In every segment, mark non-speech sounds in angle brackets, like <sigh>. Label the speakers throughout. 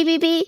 Speaker 1: 一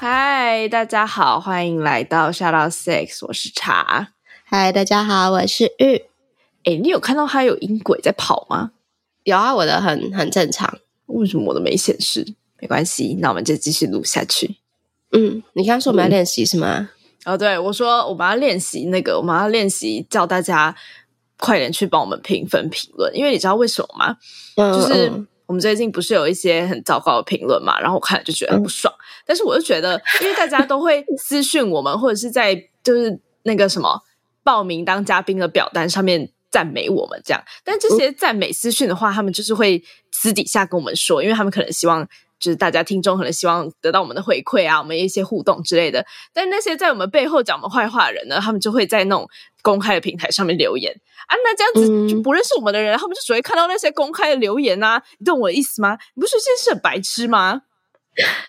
Speaker 2: 嗨，大家好，欢迎来到 Shout Out Sex，我是茶。
Speaker 1: 嗨，大家好，我是玉。
Speaker 2: 哎，你有看到它有音轨在跑吗？
Speaker 1: 有啊，我的很很正常。
Speaker 2: 为什么我都没显示？没关系，那我们就继续录下去。
Speaker 1: 嗯，你刚刚说我们要练习是吗？
Speaker 2: 哦，对，我说我们要练习那个，我们要练习叫大家快点去帮我们评分评论，因为你知道为什么吗？
Speaker 1: 嗯
Speaker 2: 就是
Speaker 1: 嗯
Speaker 2: 我们最近不是有一些很糟糕的评论嘛，然后我看了就觉得很不爽，但是我就觉得，因为大家都会私讯我们，或者是在就是那个什么报名当嘉宾的表单上面赞美我们这样，但这些赞美私讯的话，他们就是会私底下跟我们说，因为他们可能希望。就是大家听众可能希望得到我们的回馈啊，我们一些互动之类的。但那些在我们背后讲我们坏话的人呢，他们就会在那种公开的平台上面留言，啊，那这样
Speaker 1: 嗯
Speaker 2: 子就不认识我们的人，他们就只会看到那些公开的留言啊，你懂我的意思吗？你不是这是很白痴吗？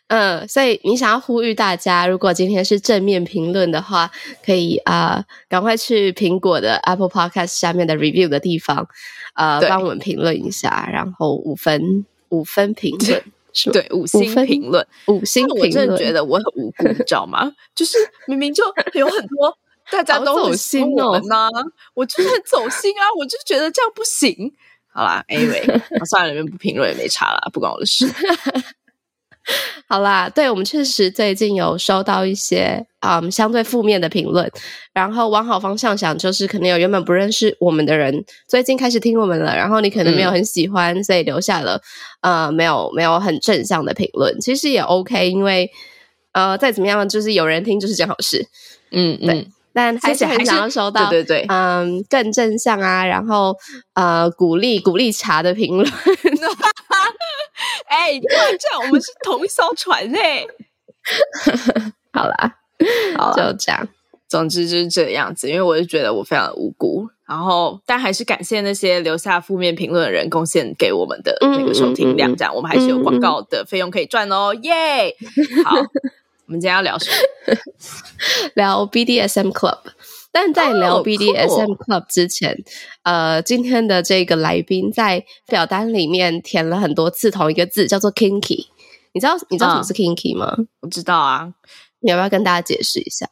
Speaker 1: 嗯，所以你想要呼吁大家，如果今天是正面评论的话，可以啊、呃赶快去苹果的 Apple Podcast 下面的 review 的地方，呃，
Speaker 2: 对
Speaker 1: 帮我们评论一下，然后五分五分评论是吗？
Speaker 2: 对，五星
Speaker 1: 分
Speaker 2: 评论，
Speaker 1: 五星
Speaker 2: 但
Speaker 1: 评
Speaker 2: 我
Speaker 1: 论，
Speaker 2: 真的觉得我很无辜，你知道吗？就是明明就有很多大家都
Speaker 1: 好
Speaker 2: 很
Speaker 1: 走
Speaker 2: 喜欢
Speaker 1: 心哦
Speaker 2: 我们呐、我就是很走心啊，我就觉得这样不行。好啦，anyway，
Speaker 1: <laughs>
Speaker 2: 啊算了，你们不评论也没差啦，不关我的事。
Speaker 1: 好啦，对我们确实最近有收到一些嗯相对负面的评论，然后往好方向想，就是可能有原本不认识我们的人，最近开始听我们了，然后你可能没
Speaker 2: 嗯
Speaker 1: 有很喜欢，所以留下了呃没有没有很正向的评论，其实也 OK，因为呃再怎么样，就是有人听就是件好事，
Speaker 2: 嗯嗯，
Speaker 1: 但还是
Speaker 2: 谢谢
Speaker 1: 很想要收到
Speaker 2: 对对对，
Speaker 1: 嗯更正向啊，然后呃鼓励鼓励茶的评论。 <laughs>
Speaker 2: 哎、你不要这样，我们是同一艘船哎嘞、
Speaker 1: <laughs> 好啊啦，
Speaker 2: 好啦啊
Speaker 1: 就这样。
Speaker 2: 总之就是这个样子，因为我就觉得我非常的无辜，然后但还是感谢那些留下负面评论的人贡献给我们的那个收听
Speaker 1: 嗯嗯
Speaker 2: 量，
Speaker 1: 嗯
Speaker 2: 这样我们还是有广告的费用可以赚哦，耶！
Speaker 1: <laughs>
Speaker 2: 好，我们今天要聊什么？
Speaker 1: 聊 BDSM Club。但在聊
Speaker 2: 哦
Speaker 1: BDSM Club 之前呃，今天的这个来宾在表单里面填了很多次同一个字，叫做 kinky。你知道你知道什么是 kinky 吗？
Speaker 2: 我知道啊，
Speaker 1: 你要不要跟大家解释一下？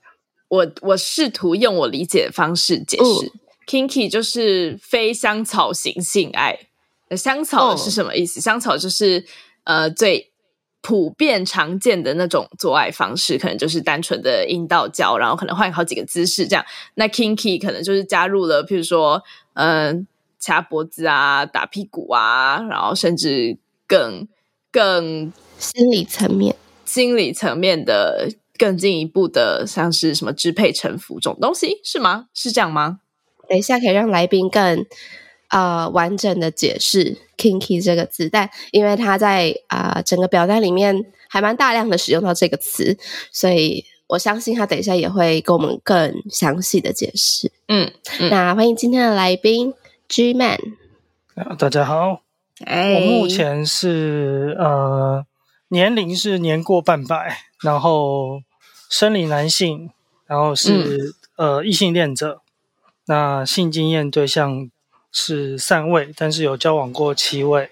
Speaker 2: 我我试图用我理解的方式解释、kinky 就是非香草型性爱。那香草
Speaker 1: 哦
Speaker 2: 是什么意思？香草就是呃最普遍常见的那种做爱方式，可能就是单纯的阴道交，然后可能换好几个姿势这样。那 kinky 可能就是加入了，譬如说嗯、呃掐脖子啊、打屁股啊，然后甚至更更
Speaker 1: 心理层面，
Speaker 2: 心理层面的更进一步的，像是什么支配、臣服这种东西，是吗？是这样吗？
Speaker 1: 等一下可以让来宾更呃完整的解释 kinky 这个字，但因为他在啊、呃整个表单里面还蛮大量的使用到这个词，所以我相信他等一下也会跟我们更详细的解释。
Speaker 2: 嗯，嗯
Speaker 1: 那欢迎今天的来宾 G Man，
Speaker 3: 啊大家好，
Speaker 2: 哎
Speaker 3: 我目前是呃年龄是年过半百，然后生理男性，然后是、呃异性恋者，那性经验对象是三位，但是有交往过七位，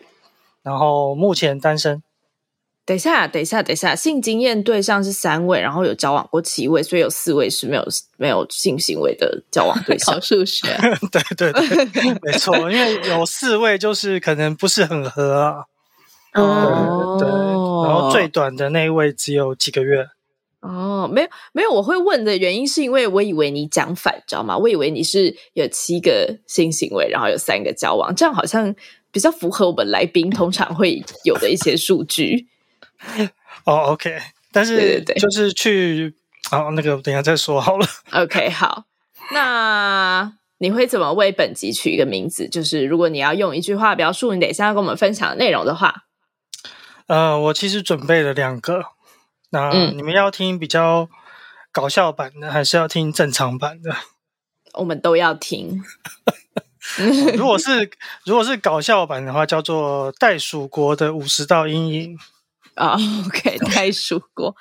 Speaker 3: 然后目前单身。 <laughs>
Speaker 2: 等一下，等一下，等一下，性经验对象是三位，然后有交往过七位，所以有四位是没有没有性行为的交往对 <laughs> 象。
Speaker 1: 数学，
Speaker 3: 对对对，没错，因为有四位就是可能不是很合啊，
Speaker 1: <laughs> 嗯，
Speaker 3: 对，然后最短的那一位只有几个月。
Speaker 2: 哦，没有没有，我会问的原因是因为我以为你讲反，知道吗？我以为你是有七个性行为，然后有三个交往，这样好像比较符合我们来宾通常会有的一些数据。
Speaker 3: 哦，OK，但是
Speaker 2: 对对对
Speaker 3: 就是去哦，那个等一下再说好了。 <laughs>
Speaker 2: OK，好，那你会怎么为本集取一个名字？就是如果你要用一句话描述你等一下要跟我们分享的内容的话，
Speaker 3: 呃，我其实准备了两个，那
Speaker 2: 嗯
Speaker 3: 你们要听比较搞笑版的，还是要听正常版的？ <laughs>
Speaker 2: 我们都要听。
Speaker 3: 如果是如果是搞笑版的话，叫做《袋鼠国的五十道阴影》。
Speaker 2: 啊、o <laughs> k 袋鼠锅，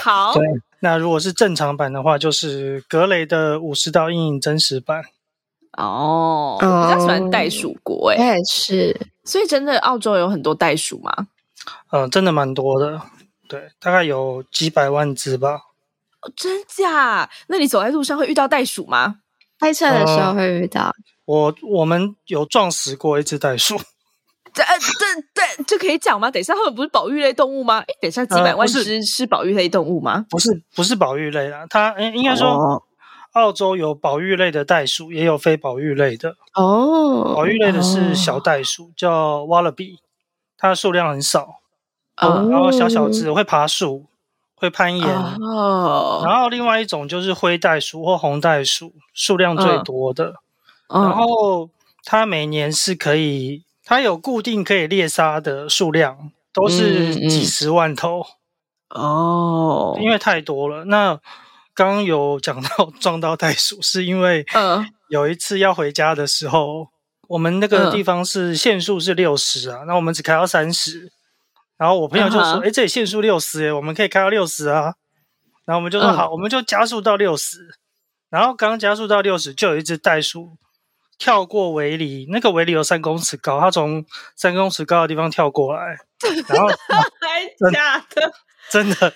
Speaker 2: 好，
Speaker 3: 对那如果是正常版的话，就是格雷的五十道阴影真实版。
Speaker 2: 哦，我比较喜欢袋鼠锅，
Speaker 1: 我
Speaker 2: 哎，
Speaker 1: 也是，
Speaker 2: 所以真的澳洲有很多袋鼠吗？
Speaker 3: 呃，真的蛮多的，对，大概有几百万只吧。
Speaker 2: 哦真假？那你走在路上会遇到袋鼠吗？
Speaker 1: 开车的时候会遇到，
Speaker 3: 我我们有撞死过一只袋鼠，
Speaker 2: 这、呃这、这这可以讲吗？等一下，他们不是保育类动物吗？哎，等一下，几百
Speaker 3: 呃
Speaker 2: 万
Speaker 3: 不是
Speaker 2: 只是保育类动物吗？
Speaker 3: 不是不是保育类啦，它嗯应应该说
Speaker 2: 哦
Speaker 3: 澳洲有保育类的袋鼠，也有非保育类的。
Speaker 1: 哦，
Speaker 3: 保育类的
Speaker 2: 哦
Speaker 3: 是小袋鼠，叫 wallaby，它的数量很少，
Speaker 2: 嗯
Speaker 3: 然后小小只，会爬树，会攀岩。
Speaker 2: 哦，
Speaker 3: 然后另外一种就是灰袋鼠或红袋鼠，数量最
Speaker 2: 嗯
Speaker 3: 多的。然
Speaker 2: 然
Speaker 3: 后它每年是可以，它有固定可以猎杀的数量，都
Speaker 2: 嗯
Speaker 3: 是
Speaker 2: 嗯嗯
Speaker 3: 几十万头，
Speaker 2: 哦，
Speaker 3: 因为太多了。那刚刚有讲到撞到袋鼠，是因为
Speaker 2: 嗯
Speaker 3: 有一次要回家的时候，我们那
Speaker 2: 嗯
Speaker 3: 个地方是限速是六十啊，那我们只开到三十，然后我朋友就
Speaker 2: 嗯
Speaker 3: 说：“
Speaker 2: 哼
Speaker 3: 哎、这里限速六十，我们可以开到六十啊。”然后我们就说：“
Speaker 2: 嗯
Speaker 3: 好，我们就加速到六十。”然后刚加速到六十，就有一只袋鼠跳过围篱，那个围篱有三公尺高，它从三公尺高的地方跳过来，然后
Speaker 2: 还假的，<laughs>
Speaker 3: 真的，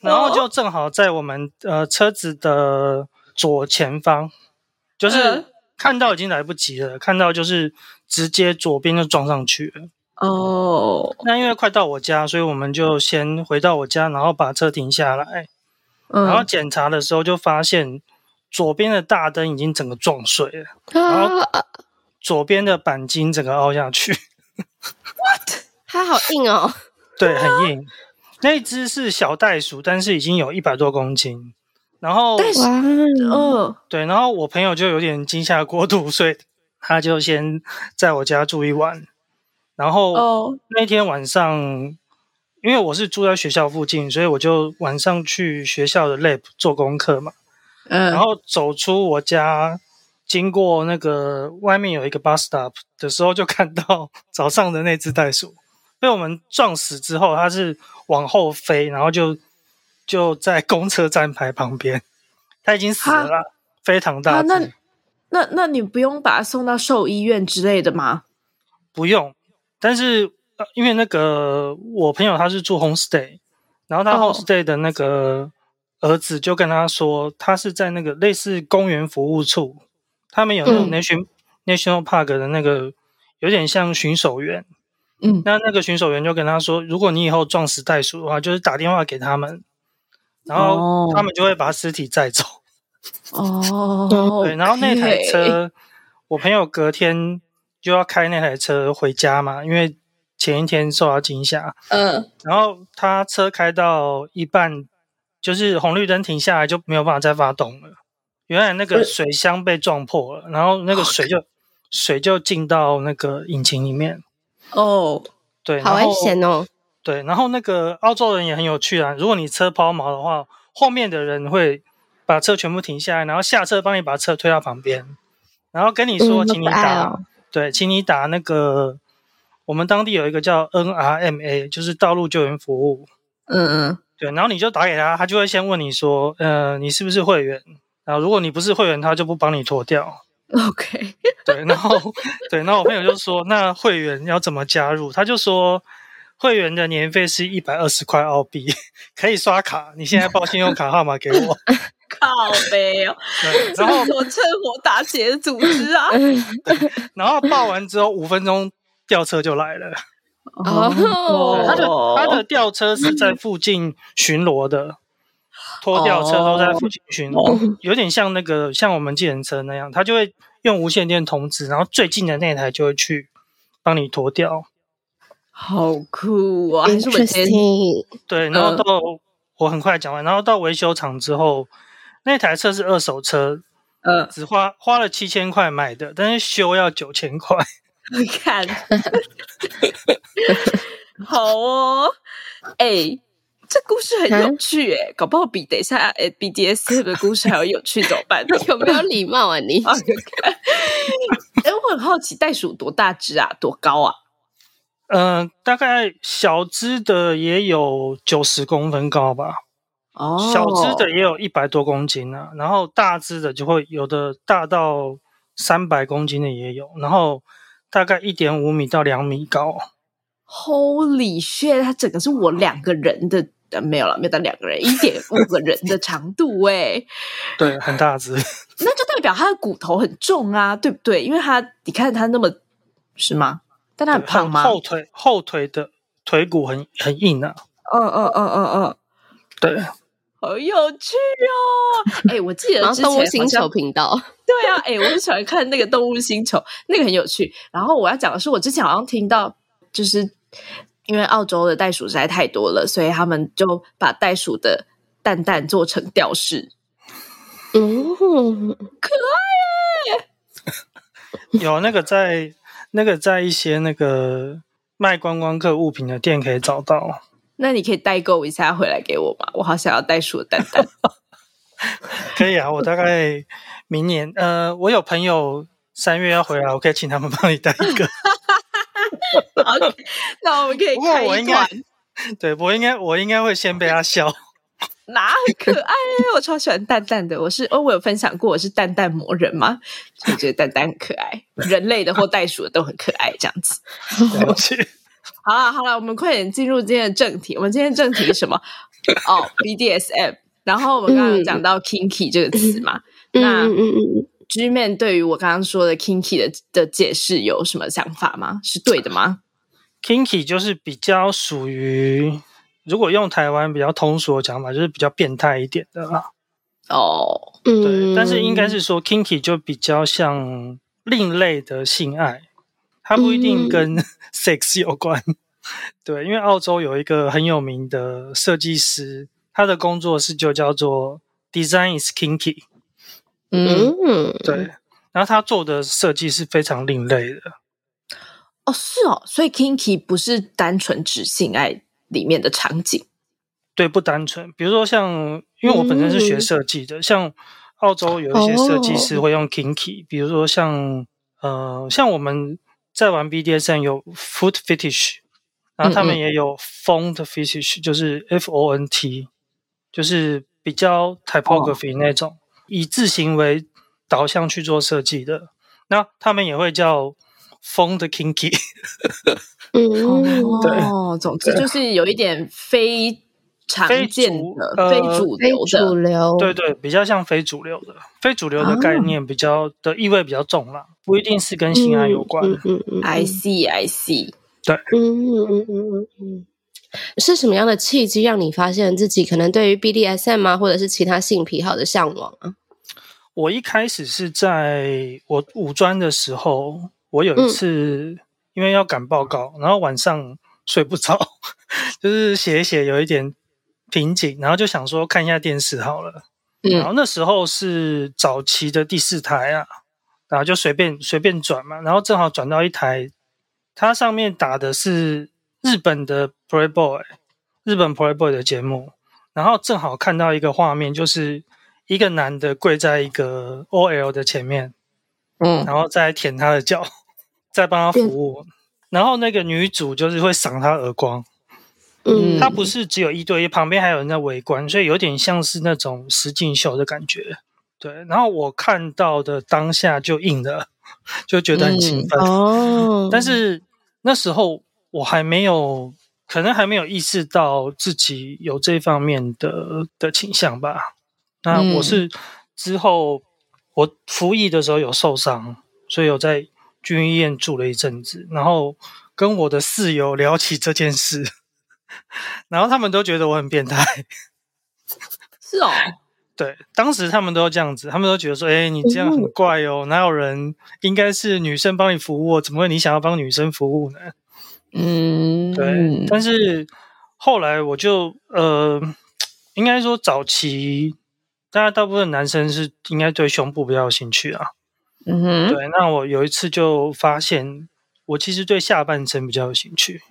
Speaker 3: 然
Speaker 2: 哦
Speaker 3: 后就正好在我们呃车子的左前方，就
Speaker 2: 嗯
Speaker 3: 是看到已经来不及了，看到就是直接左边就撞上去了。
Speaker 2: 哦，
Speaker 3: 那因为快到我家，所以我们就先回到我家，然后把车停下来，然后
Speaker 2: 嗯，
Speaker 3: 检查的时候就发现左边的大灯已经整个撞碎了，
Speaker 1: 啊，啊
Speaker 3: 左边的钣金整个凹下去，
Speaker 2: <laughs>
Speaker 1: 它好硬
Speaker 3: <laughs>
Speaker 1: 哦，
Speaker 3: 对，很硬。那一只是小袋鼠，但是已经有一百多公斤。然后
Speaker 2: 袋鼠
Speaker 1: 哇，
Speaker 2: 嗯，
Speaker 3: 对，然后我朋友就有点惊吓过度， <laughs> 所以他就先在我家住一晚。然后
Speaker 2: 哦，
Speaker 3: 那天晚上，因为我是住在学校附近，所以我就晚上去学校的 lab 做功课嘛。
Speaker 2: 嗯，
Speaker 3: 然后走出我家，经过那个外面有一个 bus stop 的时候，就看到早上的那只袋鼠被我们撞死之后，它是往后飞，然后就就在公车站牌旁边，它已经死了啦，非常大
Speaker 2: 啊，
Speaker 3: 只。
Speaker 2: 那那那你不用把它送到兽医院之类的吗？
Speaker 3: 不用，但是、呃、因为那个我朋友他是住 homestay，然后他
Speaker 2: 哦
Speaker 3: homestay 的那个儿子就跟他说，他是在那个类似公园服务处，他们有那种
Speaker 1: 嗯
Speaker 3: nation、national park 的那个有点像巡守员，
Speaker 2: 嗯，
Speaker 3: 那那个巡守员就跟他说，如果你以后撞死袋鼠的话，就是打电话给他们，然
Speaker 2: 哦
Speaker 3: 后他们就会把尸体载走。
Speaker 2: 哦，
Speaker 3: 对，然后那台
Speaker 2: OK，
Speaker 3: 车，我朋友隔天就要开那台车回家嘛，因为前一天受到惊吓，
Speaker 2: 嗯，
Speaker 3: 然后他车开到一半，就是红绿灯停下来就没有办法再发动了。原来那个水箱被撞破了，然后那个水就水就进到那个引擎里面，
Speaker 2: 哦，
Speaker 3: 对，
Speaker 1: 好
Speaker 3: 然
Speaker 1: 危
Speaker 3: 后
Speaker 1: 险哦，
Speaker 3: 对，然后那个澳洲人也很有趣啊，如果你车抛锚的话，后面的人会把车全部停下来，然后下车帮你把车推到旁边，然后跟你说，
Speaker 1: 嗯
Speaker 3: 请你
Speaker 1: 好可爱
Speaker 3: 打、
Speaker 1: 哦
Speaker 3: 对，请你打那个我们当地有一个叫 NRMA，就是道路救援服务。
Speaker 2: 嗯嗯，
Speaker 3: 对，然后你就打给他，他就会先问你说，呃，你是不是会员？然后如果你不是会员，他就不帮你脱掉。
Speaker 1: 哦
Speaker 2: OK，
Speaker 3: 对，然后对，然后我朋友就说，那会员要怎么加入？他就说，会员的年费是一百二十块澳币，可以刷卡。你现在报信用卡号码给我。
Speaker 2: 靠背哦，
Speaker 3: 对，然后
Speaker 2: 我趁火打劫的组织 <laughs> 啊，
Speaker 3: 然后报完之后五分钟吊车就来了。
Speaker 1: 哦
Speaker 3: 对他的他的吊车是在附近巡逻的，拖吊车都在附近巡逻，有点像那个像我们计程车那样，他就会用无线电通知，然后最近的那台就会去帮你拖掉。
Speaker 2: 好酷啊，还是我们今天
Speaker 1: interesting，
Speaker 3: 对，
Speaker 2: 嗯
Speaker 3: 然后到、我很快讲完，然后到维修厂之后，那台车是二手车，
Speaker 2: 嗯，
Speaker 3: 只花花了七千块买的，但是修要九千块。
Speaker 2: <laughs> 看，好哦，哎。这故事很有趣
Speaker 3: 啊
Speaker 2: 诶、搞不好比等一下哎 BDS 的故事还要有趣，怎么
Speaker 3: <laughs>
Speaker 2: 办？
Speaker 1: 有没有礼貌啊你？
Speaker 2: 啊 <laughs> 哎，我很好奇，袋鼠多大只啊？多高啊？
Speaker 3: 嗯、大概小只的也有九十公分高吧，
Speaker 2: 哦
Speaker 3: 小只的也有一百多公斤啊，然后大只的就会有的大到三百公斤的也有，然后大概一点五米到两米高。
Speaker 2: Holy shit！它整个是我两个人的，呃、没有了，没有到两个人，一点五个人的长度哎、 <laughs>
Speaker 3: 对，很大只。
Speaker 2: 那就代表它的骨头很重啊，对不对？因为它，你看它那么是吗？但它很胖吗？
Speaker 3: 后腿后腿的腿骨很很硬啊。
Speaker 2: 嗯嗯嗯嗯嗯，
Speaker 3: 对，
Speaker 2: <laughs> 好有趣哦！哎、我记得
Speaker 1: 然后
Speaker 2: 之前
Speaker 1: 动物星
Speaker 2: 好像
Speaker 1: 球频道，
Speaker 3: <laughs>
Speaker 2: 对啊，哎、我很喜欢看那个《动物星球》，那个很有趣。然后我要讲的是，我之前好像听到，就是因为澳洲的袋鼠实在太多了，所以他们就把袋鼠的蛋蛋做成吊饰。
Speaker 1: 嗯，
Speaker 3: <laughs> 有那个在那个在一些那个卖观光客物品的店可以找到。
Speaker 2: 那你可以代购一下回来给我吗？我好想要袋鼠的蛋蛋。 <laughs>
Speaker 3: 可以啊，我大概明年呃，我有朋友三月要回来，我可以请他们帮你带一个。
Speaker 2: OK，那 <laughs> 我们可以
Speaker 3: 不过
Speaker 2: 开
Speaker 3: 我
Speaker 2: 一
Speaker 3: 应该
Speaker 2: 团，
Speaker 3: 对我应该我应该会先被他 <laughs> 笑。
Speaker 2: 哪很可爱？啊我超喜欢蛋蛋的。我是哦，我有分享过我是蛋蛋魔人吗？所以我觉得蛋蛋很可爱，人类的或袋鼠的都很可爱，这样子。
Speaker 3: 了解
Speaker 2: 好了好了，我们快点进入今天的正题。我们今天的正题是什么？哦，BDSM。然后我们刚刚有讲到 kinky 这个词嘛，
Speaker 1: 嗯
Speaker 2: 那
Speaker 1: 嗯嗯嗯，
Speaker 2: G man 对于我刚刚说的 kinky 的的解释有什么想法吗？是对的吗？
Speaker 3: ，kinky 就是比较属于，如果用台湾比较通俗的讲法，就是比较变态一点的啦。
Speaker 2: 哦，
Speaker 1: 嗯
Speaker 3: 对，但是应该是说 kinky 就比较像另类的性爱，它不一
Speaker 1: 嗯
Speaker 3: 定跟 <laughs> sex 有关。 <laughs> 对，因为澳洲有一个很有名的设计师，他的工作室就叫做 Design is Kinky。
Speaker 2: 嗯，
Speaker 1: 嗯，
Speaker 3: 对，然后他做的设计是非常另类的。
Speaker 2: 哦，是哦，所以 kinky 不是单纯指性爱里面的场景。
Speaker 3: 对，不单纯。比如说像，因为我本身是
Speaker 2: 嗯
Speaker 3: 学设计的，像澳洲有一些设
Speaker 2: 哦
Speaker 3: 计师会用 kinky，、比如说像呃，像我们在玩 BDSM 有 foot fetish，然后他
Speaker 2: 嗯
Speaker 3: 们也有 font fetish，就是 F O N T，就是比较
Speaker 2: 哦
Speaker 3: typography 那种、以字形为导向去做设计的，那他们也会叫 font kinky。
Speaker 1: 嗯，
Speaker 2: 哦，总之就是有一点非常见的、非
Speaker 3: 非主呃
Speaker 2: 主
Speaker 1: 非
Speaker 2: 流
Speaker 1: 主
Speaker 2: 的。
Speaker 1: 流，
Speaker 3: 对对，比较像非主流的，非主流的概念比较、的意味比较重啦，不一定是跟性爱有关。
Speaker 1: 嗯嗯嗯嗯
Speaker 2: I see, I see。
Speaker 1: 嗯嗯嗯嗯嗯，是什么样的契机让你发现自己可能对于 BDSM 啊，或者是其他性癖好的向往啊？
Speaker 3: 我一开始是在我五专的时候，我有一次、因为要赶报告，然后晚上睡不着， <laughs> 就是写一写有一点瓶颈，然后就想说看一下电视好了。
Speaker 2: 嗯
Speaker 3: 然后那时候是早期的第四台啊，然后就随便随便转嘛，然后正好转到一台，它上面打的是日本的 Playboy，日本 Playboy 的节目，然后正好看到一个画面，就是一个男的跪在一个 OL 的前面，
Speaker 2: 嗯，
Speaker 3: 然后再舔他的脚， <laughs> 再帮他服务。然后那个女主就是会赏他耳光，
Speaker 1: 嗯，
Speaker 3: 她不是只有一对一，旁边还有人在围观，所以有点像是那种实境秀的感觉。对，然后我看到的当下就硬了， <laughs> 就觉得很兴奋。
Speaker 1: 嗯哦，
Speaker 3: 呃但是那时候我还没有，可能还没有意识到自己有这方面的的倾向吧。那
Speaker 2: 嗯
Speaker 3: 我是之后我服役的时候有受伤，所以有在军医院住了一阵子，然后跟我的室友聊起这件事， <laughs> 然后他们都觉得我很变态。 <laughs>
Speaker 2: 是哦，
Speaker 3: 对，当时他们都这样子，他们都觉得说：“哎、你这样很怪哦，哪有人应该是女生帮你服务哦，怎么会你想要帮女生服务呢？”
Speaker 2: 嗯，
Speaker 3: 对，但是后来我就呃，应该说早期，大家大部分男生是应该对胸部比较有兴趣啊。
Speaker 2: 嗯哼，
Speaker 3: 对，那我有一次就发现，我其实对下半身比较有兴趣。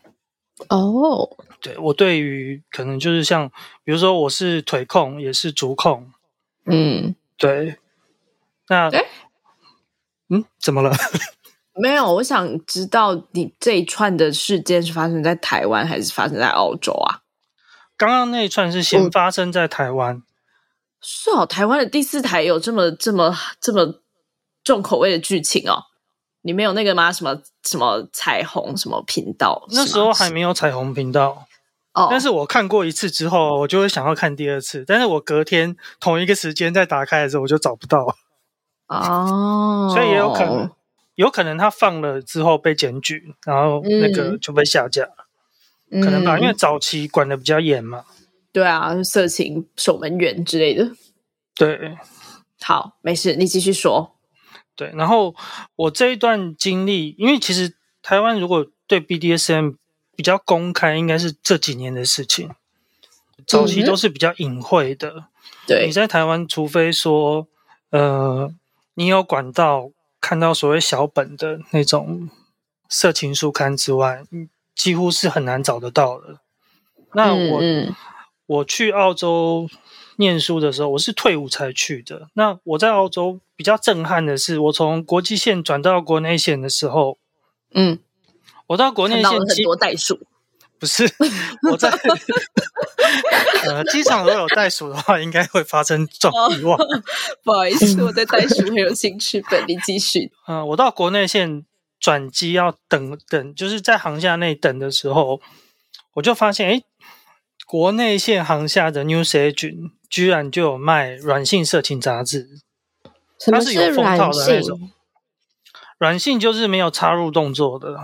Speaker 1: 哦，
Speaker 3: 对我对于可能就是像，比如说我是腿控，也是足控，
Speaker 2: 嗯，
Speaker 3: 对。那
Speaker 2: 诶
Speaker 3: 嗯，怎么了？ <laughs>
Speaker 2: 没有，我想知道你这一串的事件是发生在台湾还是发生在澳洲啊？
Speaker 3: 刚刚那一串是先发生在台湾，
Speaker 2: 是哦，台湾的第四台有这么这么这么重口味的剧情哦。你们有那个吗？什么什么彩虹什么频道？
Speaker 3: 那时候还没有彩虹频道。
Speaker 2: 哦，
Speaker 3: 但是我看过一次之后，我就会想要看第二次。但是我隔天同一个时间再打开的时候，我就找不到，
Speaker 2: 哦，
Speaker 3: 所以也有可能，有可能他放了之后被检举，然后那个
Speaker 2: 嗯
Speaker 3: 就被下架，
Speaker 2: 能
Speaker 3: 可能吧？因为早期管的比较严嘛。
Speaker 2: 对啊，色情守门员之类的。
Speaker 3: 对
Speaker 2: 好，没事，你继续说。
Speaker 3: 对。然后我这一段经历，因为其实台湾如果对 BDSM 比较公开，应该是这几年的事情，早
Speaker 2: 嗯
Speaker 3: 期都是比较隐晦的。
Speaker 2: 对
Speaker 3: 你，在台湾，除非说，呃，你有管道看到所谓小本的那种色情书刊之外，你几乎是很难找得到的。那我、
Speaker 2: 嗯
Speaker 3: 我去澳洲念书的时候，我是退伍才去的。那我在澳洲比较震撼的是，我从国际线转到国内线的时候，
Speaker 2: 嗯，
Speaker 3: 我到国
Speaker 2: 嗯看
Speaker 3: 内
Speaker 2: 到了
Speaker 3: 线
Speaker 2: 很
Speaker 3: 机
Speaker 2: 多袋鼠。
Speaker 3: <laughs> 不是我在 <laughs> 呃机场如果有袋鼠的话，应该会发生这
Speaker 2: 哦
Speaker 3: 种意外。
Speaker 2: <laughs> 不好意 <laughs> 思，我对袋鼠很有兴趣。本你继续。
Speaker 3: 嗯、我到国内线转机要等等，就是在航厦内等的时候，我就发现，哎，国内线航厦的 News Agent 居然就有卖软性色情杂志，
Speaker 1: 什么
Speaker 3: 它是有封
Speaker 1: 软
Speaker 3: 套的那
Speaker 1: 性
Speaker 3: 种？。软性就是没有插入动作的，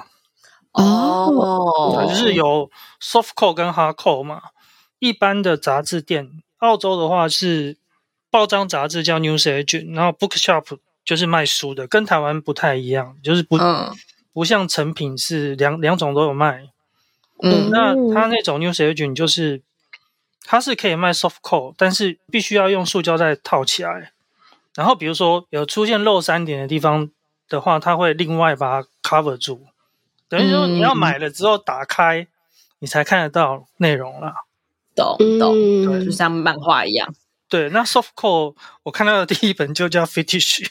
Speaker 1: 哦
Speaker 3: 就是有 soft core 跟 hard core 嘛。一般的杂志店，澳洲的话是报章杂志叫 News Agent，然后 Bookshop 就是卖书的，跟台湾不太一样，就是不、
Speaker 2: 嗯
Speaker 3: 不像成品是两两种都有卖。
Speaker 2: 嗯
Speaker 3: 那它那种 News Agent 就是它是可以卖 soft core，但是必须要用塑胶袋套起来。然后比如说有出现漏三点的地方的话，它会另外把它 cover 住，等于说
Speaker 2: 嗯
Speaker 3: 你要买了之后打开，你才看得到内容啦。
Speaker 2: 懂懂，就
Speaker 1: 嗯，
Speaker 2: 像漫画一样。
Speaker 3: 对，那 soft core 我看到的第一本就叫 fetish，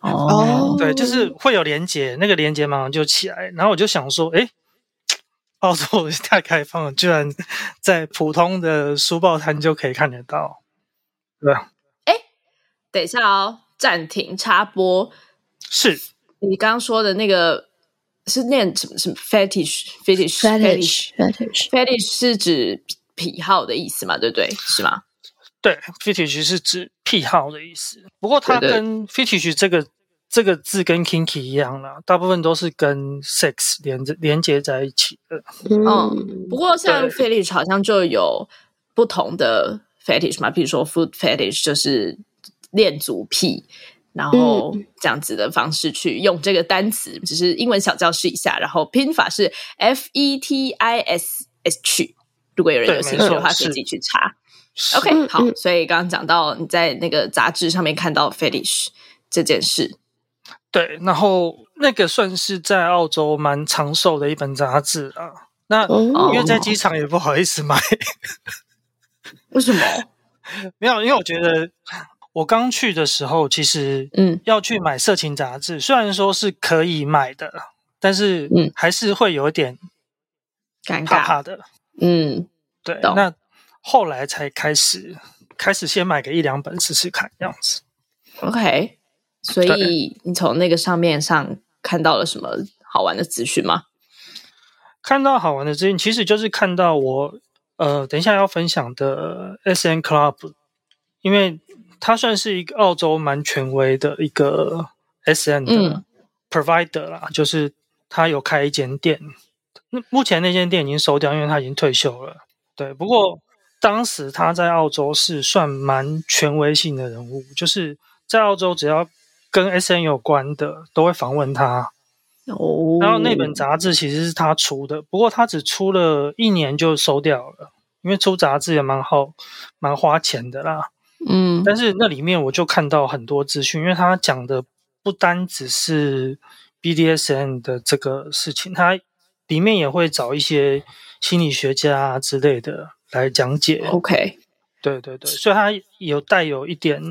Speaker 1: 哦
Speaker 3: 对，就是会有连接，那个连接马上就起来。然后我就想说，诶，澳洲大开放了，居然在普通的书报摊就可以看得到。对吧，
Speaker 2: 等一下哦，暂停插播。
Speaker 3: 是
Speaker 2: 你刚刚说的那个是念什么什么 fetish fetish
Speaker 1: fetish fetish，
Speaker 2: fetish 是指癖好的意思嘛？对不对？是吗？
Speaker 3: 对，fetish 是指癖好的意思。不过它
Speaker 2: 对对
Speaker 3: 跟 fetish 这个这个字跟 kinky 一样啦，大部分都是跟 sex 连着连接在一起的。哦
Speaker 1: 嗯，
Speaker 2: 不过像
Speaker 3: 对
Speaker 2: fetish 好像就有不同的 fetish 嘛，比如说 food fetish 就是恋足癖，然后
Speaker 3: 嗯
Speaker 2: 这样子的方式去用这个单词，只是英文小教室一下，然后拼法是 f e t i s h。如果有人
Speaker 3: 对
Speaker 2: 有兴
Speaker 3: 没
Speaker 2: 趣
Speaker 3: 错
Speaker 2: 的话，可以
Speaker 3: 是
Speaker 2: 自己去查。
Speaker 3: 是
Speaker 2: OK，
Speaker 1: 嗯
Speaker 2: 好，
Speaker 1: 嗯
Speaker 2: 所以刚刚讲到你在那个杂志上面看到 fetish 这件事，
Speaker 3: 对，然后那个算是在澳洲蛮长寿的一本杂志啊。那
Speaker 1: 哦
Speaker 3: 因为在机场也不好意思买，
Speaker 2: 为什么？
Speaker 3: 没有，因为我觉得我刚去的时候，其实
Speaker 2: 嗯
Speaker 3: 要去买色情杂志，虽然说是可以买的，但是
Speaker 2: 嗯
Speaker 3: 还是会有一点
Speaker 2: 尴
Speaker 3: 怕
Speaker 2: 尬，
Speaker 3: 怕的。
Speaker 2: 嗯，
Speaker 3: 对，
Speaker 2: 懂
Speaker 3: 那后来才开始开始先买个一两本试试看，这样子。
Speaker 2: OK，所以你从那个上面上看到了什么好玩的资讯吗？
Speaker 3: 看到好玩的资讯，其实就是看到我呃，等一下要分享的 S N Club，因为它算是一个澳洲蛮权威的一个 S N 的
Speaker 2: 嗯
Speaker 3: provider 啦，就是他有开一间店，那目前那间店已经收掉，因为他已经退休了。对，不过当时他在澳洲是算蛮权威性的人物，就是在澳洲只要跟 S N 有关的，都会访问他。
Speaker 2: 哦
Speaker 3: 然后那本杂志其实是他出的，不过他只出了一年就收掉了，因为出杂志也蛮好，蛮花钱的啦。
Speaker 2: 嗯
Speaker 3: 但是那里面我就看到很多资讯，因为他讲的不单只是 BDSN 的这个事情，他里面也会找一些心理学家啊之类的来讲解。
Speaker 2: OK，
Speaker 3: 对对对，所以它有带有一点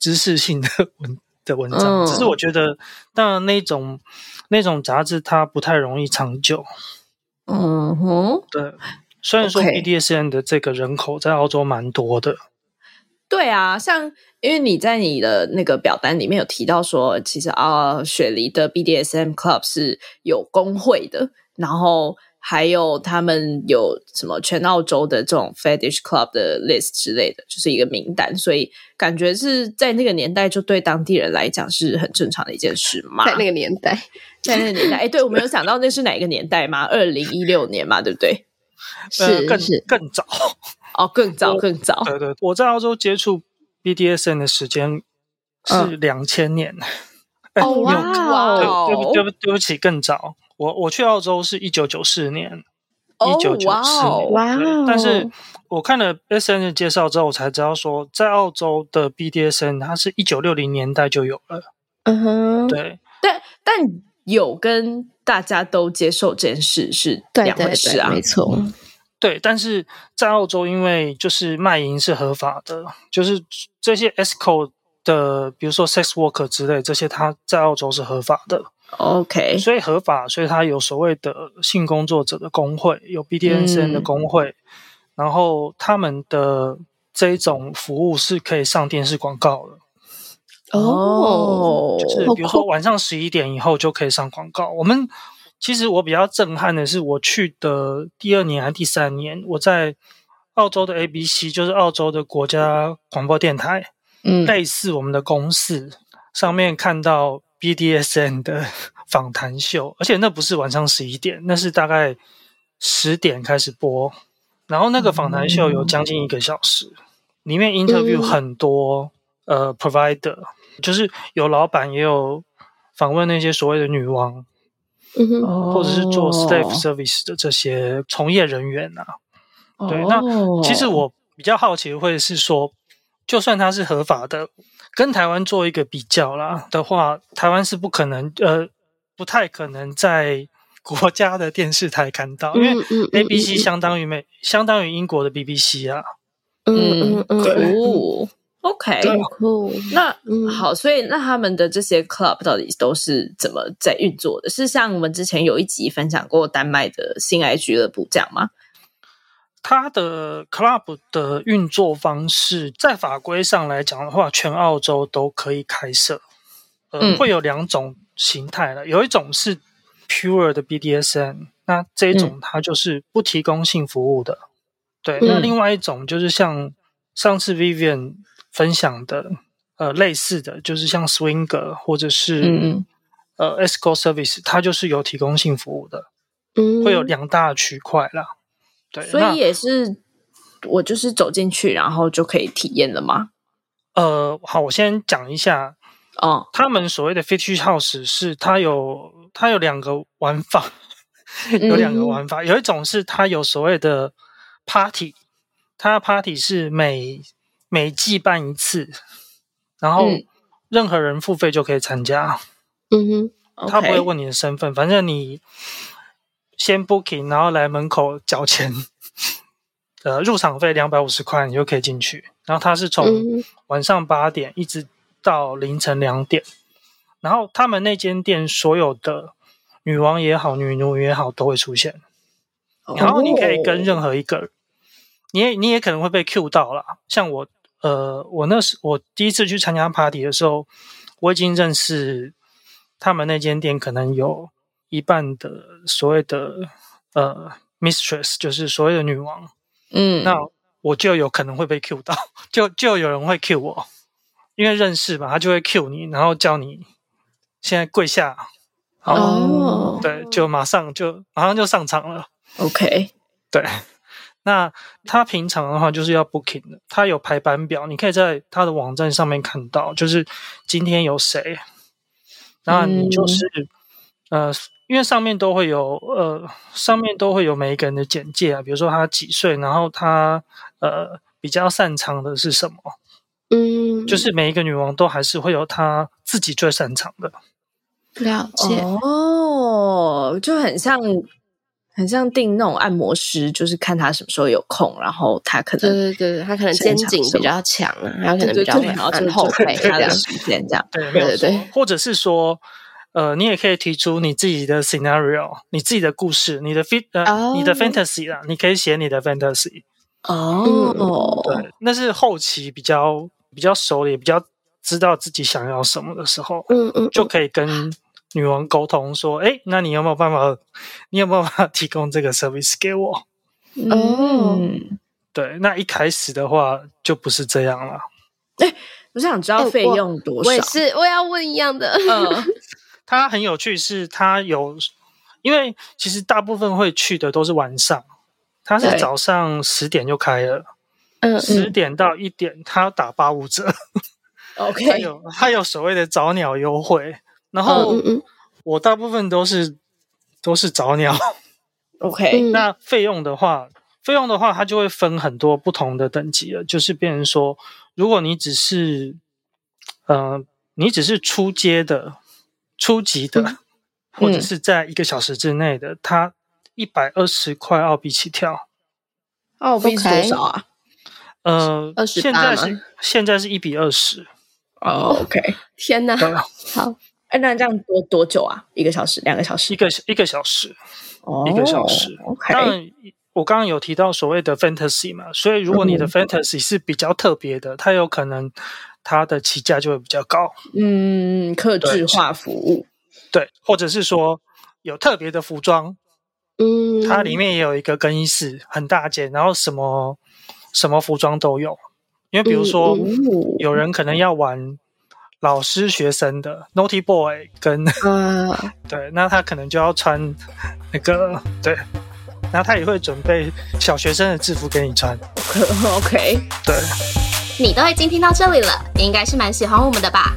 Speaker 3: 知识性的文 <laughs> 的文章，
Speaker 2: 嗯
Speaker 3: 只是我觉得，当然那种那种杂志它不太容易长久。
Speaker 2: 嗯哼，
Speaker 3: 对，虽然说
Speaker 2: OK
Speaker 3: BDSN 的这个人口在澳洲蛮多的，
Speaker 2: 对啊，像因为你在你的那个表单里面有提到说，其实啊，雪梨的 BDSM Club 是有工会的，然后还有他们有什么全澳洲的这种 Fetish Club 的 list 之类的，就是一个名单，所以感觉是在那个年代就对当地人来讲是很正常的一件事嘛。
Speaker 1: 在那个年代，
Speaker 2: 在那个年代，哎，对我没有想到那是哪一个年代嘛？二零一六年嘛，对不对？
Speaker 3: 呃，
Speaker 1: 是
Speaker 3: 更
Speaker 1: 是，
Speaker 3: 更早。
Speaker 2: 哦，更早
Speaker 3: 我
Speaker 2: 更早，
Speaker 3: 对对，我在澳洲接触 BDSN 的时间是两千年。
Speaker 1: 哦哇
Speaker 2: 嗯
Speaker 1: 哦，
Speaker 3: 对，对不对不对不起，更早。我我去澳洲是一九九四年，
Speaker 2: 哦
Speaker 3: 一九九
Speaker 2: 哇
Speaker 3: 四
Speaker 2: 哦
Speaker 3: 年。
Speaker 1: 哇哦
Speaker 3: 对但是我看了 S N 的介绍之后，我才知道说，在澳洲的 B D S N 它是一九六零年代就有了。
Speaker 1: 嗯哼，
Speaker 3: 对，
Speaker 2: 但但有跟大家都接受这件事是
Speaker 1: 对
Speaker 2: 两
Speaker 1: 对
Speaker 2: 回事
Speaker 1: 对，
Speaker 2: 啊。
Speaker 1: 没错，
Speaker 3: 对，但是在澳洲，因为就是卖淫是合法的，就是这些 S c o 的，比如说 sex worker 之类，这些它在澳洲是合法的，
Speaker 2: OK，
Speaker 3: 所以合法，所以它有所谓的性工作者的工会，有 BDSN 的工会，然后他们的这种服务是可以上电视广告的，
Speaker 1: 哦，
Speaker 3: 就是
Speaker 1: 好
Speaker 3: 比如说
Speaker 1: 酷
Speaker 3: 晚上十一点以后就可以上广告。我们其实我比较震撼的是，我去的第二年还是第三年，我在澳洲的 ABC，就是澳洲的国家广播电台，
Speaker 2: 嗯
Speaker 3: 类似我们的公式上面看到 BDSN 的访谈秀，而且那不是晚上十一点，那是大概十点开始播，然后那个访谈秀有将近一个小时，里面 interview
Speaker 1: 嗯
Speaker 3: 很多、呃 provider，就是有老板也有访问那些所谓的女王，
Speaker 1: 嗯哼，
Speaker 3: 或
Speaker 2: 或
Speaker 3: 者是做 staff service 的这些从业人员啊，对那
Speaker 2: 哦
Speaker 1: 哦
Speaker 3: 其实我比较好奇，会是说，就算它是合法的，跟台湾做一个比较啦的话，台湾是不可能，呃，不太可能在国家的电视台看到，因
Speaker 1: 嗯
Speaker 3: 为
Speaker 1: 嗯嗯
Speaker 3: ABC 相当于美，相当于英国的 BBC 啊。
Speaker 1: 嗯嗯嗯嗯，
Speaker 2: 哦，OK，
Speaker 1: 很酷，
Speaker 2: 那
Speaker 1: 嗯
Speaker 2: 好，所以那他们的这些 club 到底都是怎么在运作的？是像我们之前有一集分享过丹麦的性爱俱乐部这样吗？
Speaker 3: 它的 club 的运作方式，在法规上来讲的话，全澳洲都可以开设。呃，
Speaker 2: 嗯
Speaker 3: 会有两种形态了，有一种是 pure 的 BDSN，那这
Speaker 2: 嗯
Speaker 3: 一种它就是不提供性服务的。对，那
Speaker 2: 嗯
Speaker 3: 另外一种就是像上次 Vivian 分享的，呃，类似的就是像 swinger 或者是、
Speaker 2: 嗯
Speaker 3: 呃 escort service，它就是有提供性服务的，
Speaker 1: 嗯
Speaker 3: 会有两大区块啦。对，
Speaker 2: 所
Speaker 3: 那
Speaker 2: 以也是我就是走进去，然后就可以体验了吗？
Speaker 3: 呃，好，我先讲一下，
Speaker 2: 哦，
Speaker 3: 他们所谓的 fetish house 是它有它有两个玩法， <laughs> 有两个玩法，有一种是它有所谓的 party，它的 party 是每每季办一次，然后
Speaker 2: 嗯
Speaker 3: 任何人付费就可以参加，
Speaker 1: 嗯哼，
Speaker 3: 他不会
Speaker 2: OK
Speaker 3: 问你的身份，反正你先 booking，然后来门口缴钱，呃，入场费两百五十块，你就可以进去。然后它是从
Speaker 1: 嗯
Speaker 3: 晚上八点一直到凌晨两点。然后他们那间店所有的女王也好，女奴也好都会出现。
Speaker 2: 哦
Speaker 3: 然后你可以跟任何一个人，你也你也可能会被 Q 到啦。像我，呃，我那时我第一次去参加 party 的时候，我已经认识他们那间店可能有一半的所谓的呃 mistress，就是所谓的女王。
Speaker 2: 嗯
Speaker 3: 那我就有可能会被 Q 到， <laughs> 就就有人会 Q 我，因为认识嘛，他就会 Q 你，然后叫你现在跪下，好，
Speaker 1: 哦
Speaker 3: 对，就马上就马上就上场了。
Speaker 2: OK，
Speaker 3: 对， <laughs> 那他平常的话就是要 booking 的，他有排班表，你可以在他的网站上面看到，就是今天有谁，那你就是、呃，因为上面都会有呃，上面都会有每一个人的简介啊，比如说他几岁，然后他呃比较擅长的是什么，
Speaker 1: 嗯，
Speaker 3: 就是每一个女王都还是会有她自己最擅长的。
Speaker 1: 了解，
Speaker 2: 哦哦，就很像很像定那种按摩师，就是看他什么时候有空，然后他可
Speaker 1: 对
Speaker 2: 能
Speaker 1: 对对，他可能肩颈比较强啊，他可能比较
Speaker 2: 对对对然后就
Speaker 1: 按后背
Speaker 2: 就
Speaker 1: 这
Speaker 2: 看他的
Speaker 1: 样。
Speaker 2: 时间这样。
Speaker 3: 对，没有
Speaker 1: 对对
Speaker 3: 错
Speaker 1: 对。
Speaker 3: 或者是说，呃，你也可以提出你自己的 scenario，你自己的故事，你的 fit 呃
Speaker 1: 哦
Speaker 3: 你的 fantasy 啦，你可以写你的 fantasy。
Speaker 2: 哦，
Speaker 1: 嗯
Speaker 3: 对，那是后期比较比较熟了，也比较知道自己想要什么的时候，
Speaker 1: 嗯嗯，
Speaker 3: 就可以跟女王沟通说，哎，那你有没有办法，你有没有办法提供这个 service 给我？
Speaker 1: 哦
Speaker 2: 嗯，
Speaker 3: 对，那一开始的话就不是这样了。
Speaker 2: 我想知道
Speaker 1: 哎
Speaker 2: 费
Speaker 1: 我
Speaker 2: 用多
Speaker 1: 我也
Speaker 2: 少。
Speaker 1: 是，我要问一样的。 <laughs>
Speaker 2: 嗯，
Speaker 3: 它很有趣，是它有，因为其实大部分会去的都是晚上，它是
Speaker 1: 对
Speaker 3: 早上十点就开了，
Speaker 1: 嗯
Speaker 3: 十点到一点，它要打八五折， <laughs> 它
Speaker 2: OK，
Speaker 3: 有它有所谓的早鸟优惠，然后
Speaker 1: 嗯嗯
Speaker 3: 我大部分都是都是早鸟，
Speaker 2: OK，
Speaker 1: 嗯，
Speaker 3: 那费用的话，费用的话，它就会分很多不同的等级了。就是变成说，如果你只是，呃，你只是初阶的、初级的，或者是在一个小时之内的，它一百二十块澳币起跳。
Speaker 2: 澳币是
Speaker 1: OK
Speaker 2: 多少啊？
Speaker 3: 呃，
Speaker 1: 28
Speaker 3: 现
Speaker 1: 吗
Speaker 3: 在是现在是一比二十，
Speaker 2: 哦，OK，
Speaker 1: 天哪，
Speaker 3: 对啊
Speaker 1: 好，
Speaker 2: 哎，那这样多多久啊？一个小时，两个小时
Speaker 3: 一？个一个小时，
Speaker 2: 哦
Speaker 3: 一个小时。
Speaker 2: OK，
Speaker 3: 当然，我刚刚有提到所谓的 fantasy 嘛，所以如果你的 fantasy 是比较特别的，它有可能它的起价就会比较高。
Speaker 2: 嗯，客制化服务。 <laughs>
Speaker 3: 对，或者是说有特别的服装，
Speaker 1: 嗯，
Speaker 3: 它里面也有一个更衣室，很大间，然后什么什么服装都有。因为比如说，
Speaker 1: 嗯
Speaker 3: 有人可能要玩老师学生的 Naughty Boy 跟 <laughs>
Speaker 1: 啊，
Speaker 3: 对，那他可能就要穿那个对，然后他也会准备小学生的制服给你穿。
Speaker 2: OK，
Speaker 3: 对，
Speaker 4: 你都已经听到这里了，你应该是蛮喜欢我们的吧？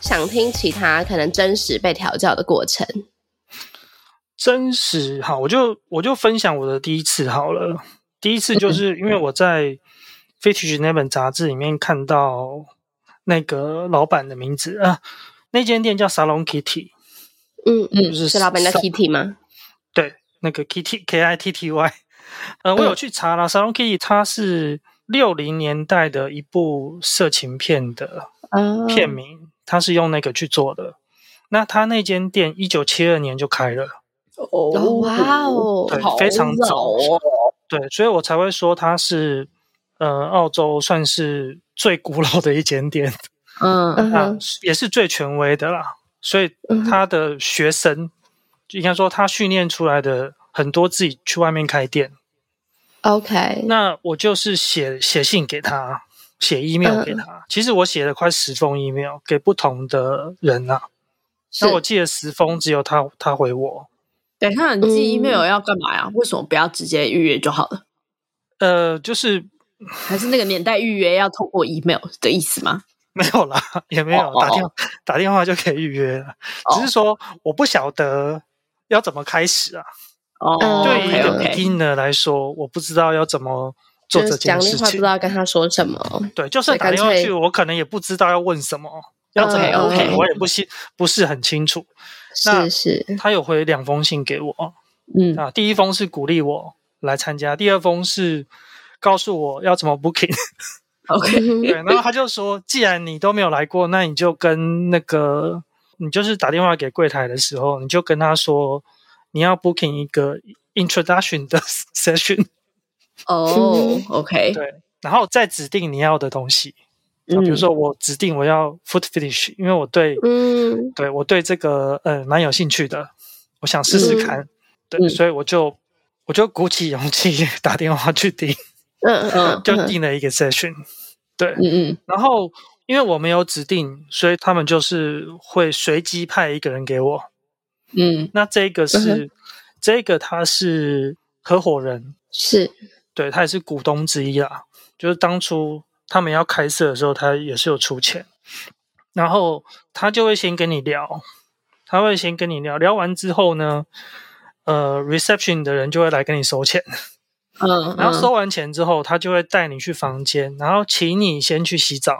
Speaker 1: 想听其他可能真实被调教的过程。
Speaker 3: 真实好，我就我就分享我的第一次好了。第一次
Speaker 1: 嗯
Speaker 3: 就是因为我在《Fetish》那本杂志里面看到那个老板的名字啊，那间店叫 Salon Kitty，
Speaker 1: 嗯嗯，
Speaker 3: 就是
Speaker 1: 是老板叫
Speaker 3: Sa-
Speaker 1: Kitty 吗？
Speaker 3: 对，那个 Kitty K I T T Y。呃，
Speaker 1: 嗯
Speaker 3: 我有去查了、s a l o n Kitty 它是六零年代的一部色情片的
Speaker 1: 啊，
Speaker 3: 片名，它是用那个去做的。那它那间店一九七二年就开了。
Speaker 1: 哦
Speaker 2: 哦
Speaker 1: 哇，哦，
Speaker 3: 对
Speaker 2: 好
Speaker 3: 非常早
Speaker 2: 早哦。
Speaker 3: 对，所以我才会说它是呃澳洲算是最古老的一间店，
Speaker 2: 嗯
Speaker 1: 嗯
Speaker 3: 啊
Speaker 1: 哼，，
Speaker 3: 也是最权威的啦。所以
Speaker 1: 嗯
Speaker 3: 他的学生，就应该说他训练出来的很多自己去外面开店。
Speaker 1: ，OK，
Speaker 3: 那我就是写写信给他，写
Speaker 1: 嗯
Speaker 3: email 给他。其实我写了快十封 email 给不同的人啦、
Speaker 1: 是
Speaker 3: 那我记得十封只有他他回我。
Speaker 2: 等一下，你寄
Speaker 1: 嗯
Speaker 2: email 要干嘛呀？为什么不要直接预约就好了？
Speaker 3: 呃，就是
Speaker 2: 还是那个年代预约要透过 email 的意思吗？
Speaker 3: <laughs> 没有啦，也没有
Speaker 2: 哦哦
Speaker 3: 打电话打电话就可以预约了。
Speaker 2: 哦
Speaker 3: 只是说我不晓得要怎么开始啊。
Speaker 2: 哦
Speaker 1: 嗯
Speaker 3: 对于一
Speaker 2: OK
Speaker 3: 个
Speaker 2: OK，
Speaker 3: beginner 来说，我不知道要怎么做
Speaker 1: 就
Speaker 3: 这
Speaker 1: 是讲
Speaker 3: 件
Speaker 1: 电
Speaker 3: 事
Speaker 1: 话不知
Speaker 3: 情。
Speaker 1: 道跟他说什么。
Speaker 3: 对，就算
Speaker 1: 对
Speaker 3: 打
Speaker 1: 干
Speaker 3: 电话
Speaker 1: 脆
Speaker 3: 去，我可能也不知道要问什么，要怎么
Speaker 2: 嗯
Speaker 3: 问
Speaker 2: OK
Speaker 3: 我也不清不是很清楚。那
Speaker 1: 是是，
Speaker 3: 他有回两封信给我
Speaker 2: 嗯，
Speaker 3: 啊，第一封是鼓励我来参加，第二封是告诉我要怎么 booking。
Speaker 1: 嗯
Speaker 2: OK，
Speaker 3: 对，然后他就说，既然你都没有来过，那你就跟那个，你就是打电话给柜台的时候，你就跟他说，你要 booking 一个 introduction 的 <laughs> session，
Speaker 2: 哦，OK，
Speaker 3: 对，然后再指定你要的东西。啊
Speaker 2: 嗯
Speaker 3: 比如说我指定我要 foot finish，因为我对、
Speaker 1: 嗯
Speaker 3: 对我对这个呃蛮有兴趣的，我想试试看，对，
Speaker 2: 嗯
Speaker 3: 所以我就我就鼓起勇气 <laughs> 打电话去订，
Speaker 1: 嗯嗯，
Speaker 3: 就
Speaker 1: 嗯
Speaker 3: 订了一个 session，对，
Speaker 2: 嗯
Speaker 3: 然后因为我没有指定，所以他们就是会随机派一个人给我。
Speaker 2: 嗯嗯
Speaker 3: 那这个是、这个他是合伙人，
Speaker 1: 是
Speaker 3: 对他也是股东之一啦。就是当初他们要开设的时候，他也是有出钱，然后他就会先跟你聊，他会先跟你聊，聊完之后呢，呃，reception 的人就会来跟你收钱，
Speaker 1: 嗯，
Speaker 3: 然后收完钱之后，他就会带你去房间，然后请你先去洗澡。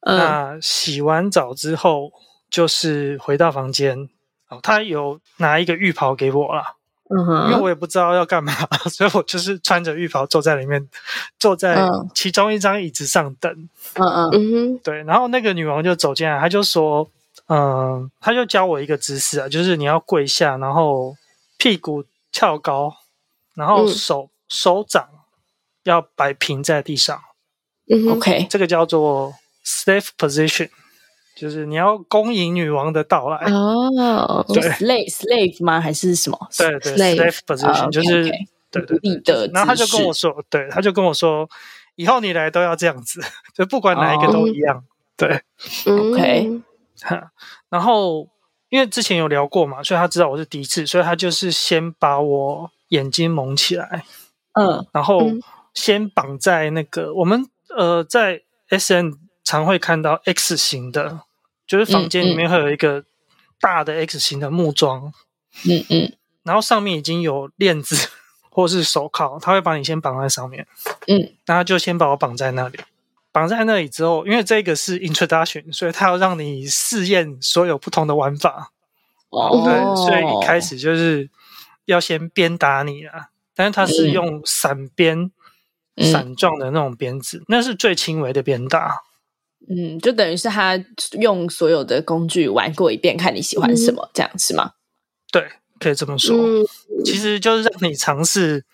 Speaker 1: 嗯
Speaker 3: 那洗完澡之后，就是回到房间。哦，他有拿一个浴袍给我啦，
Speaker 1: 嗯
Speaker 3: 因为
Speaker 1: 哼，
Speaker 3: 我也不知道要干嘛， <laughs> 所以我就是穿着浴袍坐在里面，坐在
Speaker 4: 嗯
Speaker 3: 其中一张椅子上等。
Speaker 4: 嗯嗯
Speaker 1: 嗯哼，
Speaker 3: 对，然后那个女王就走进来，她就说：“嗯，她就教我一个姿势啊，就是你要跪下，然后屁股翘高，然后
Speaker 1: 嗯
Speaker 3: 手、手掌要摆平在地上。”
Speaker 1: 嗯哼，
Speaker 2: OK，
Speaker 3: 这个叫做 slave position，就是你要恭迎女王的到来。
Speaker 1: 哦，
Speaker 3: 对
Speaker 2: slave slave 吗？还是什么？
Speaker 3: 对对
Speaker 1: slave
Speaker 3: ，slave position、
Speaker 2: 啊，OK，OK
Speaker 3: 就是对对
Speaker 2: 奴
Speaker 3: 对
Speaker 2: 隶的
Speaker 3: 然后他就
Speaker 2: 姿势
Speaker 3: 跟我说，对，他就跟我说，以后你来都要这样子， <laughs> 就不管哪一个
Speaker 2: 哦
Speaker 3: 都一样。对，
Speaker 1: 嗯
Speaker 2: OK
Speaker 3: 哈然后因为之前有聊过嘛，所以他知道我是第一次，所以他就是先把我眼睛蒙起来，
Speaker 2: 嗯
Speaker 3: 然后
Speaker 1: 嗯
Speaker 3: 先绑在那个我们呃在 S N 常会看到 X 型的，就是房间里面会有一个大的 X 型的木桩，
Speaker 2: 嗯嗯
Speaker 3: 然后上面已经有链子或是手铐，他会把你先绑在上面，
Speaker 2: 嗯，
Speaker 3: 然后就先把我绑在那里。绑在那里之后，因为这个是 introduction，所以他要让你试验所有不同的玩法。
Speaker 2: 哦
Speaker 3: 对，所以一开始就是要先鞭打你啊，但是他是用散鞭、
Speaker 2: 嗯
Speaker 3: 散状的那种鞭子，那是最轻微的鞭打。
Speaker 2: 嗯，就等于是他用所有的工具玩过一遍，看你喜欢什么，这样是吗？
Speaker 3: 对，可以这么说。
Speaker 1: 嗯
Speaker 3: 其实就是让你尝试，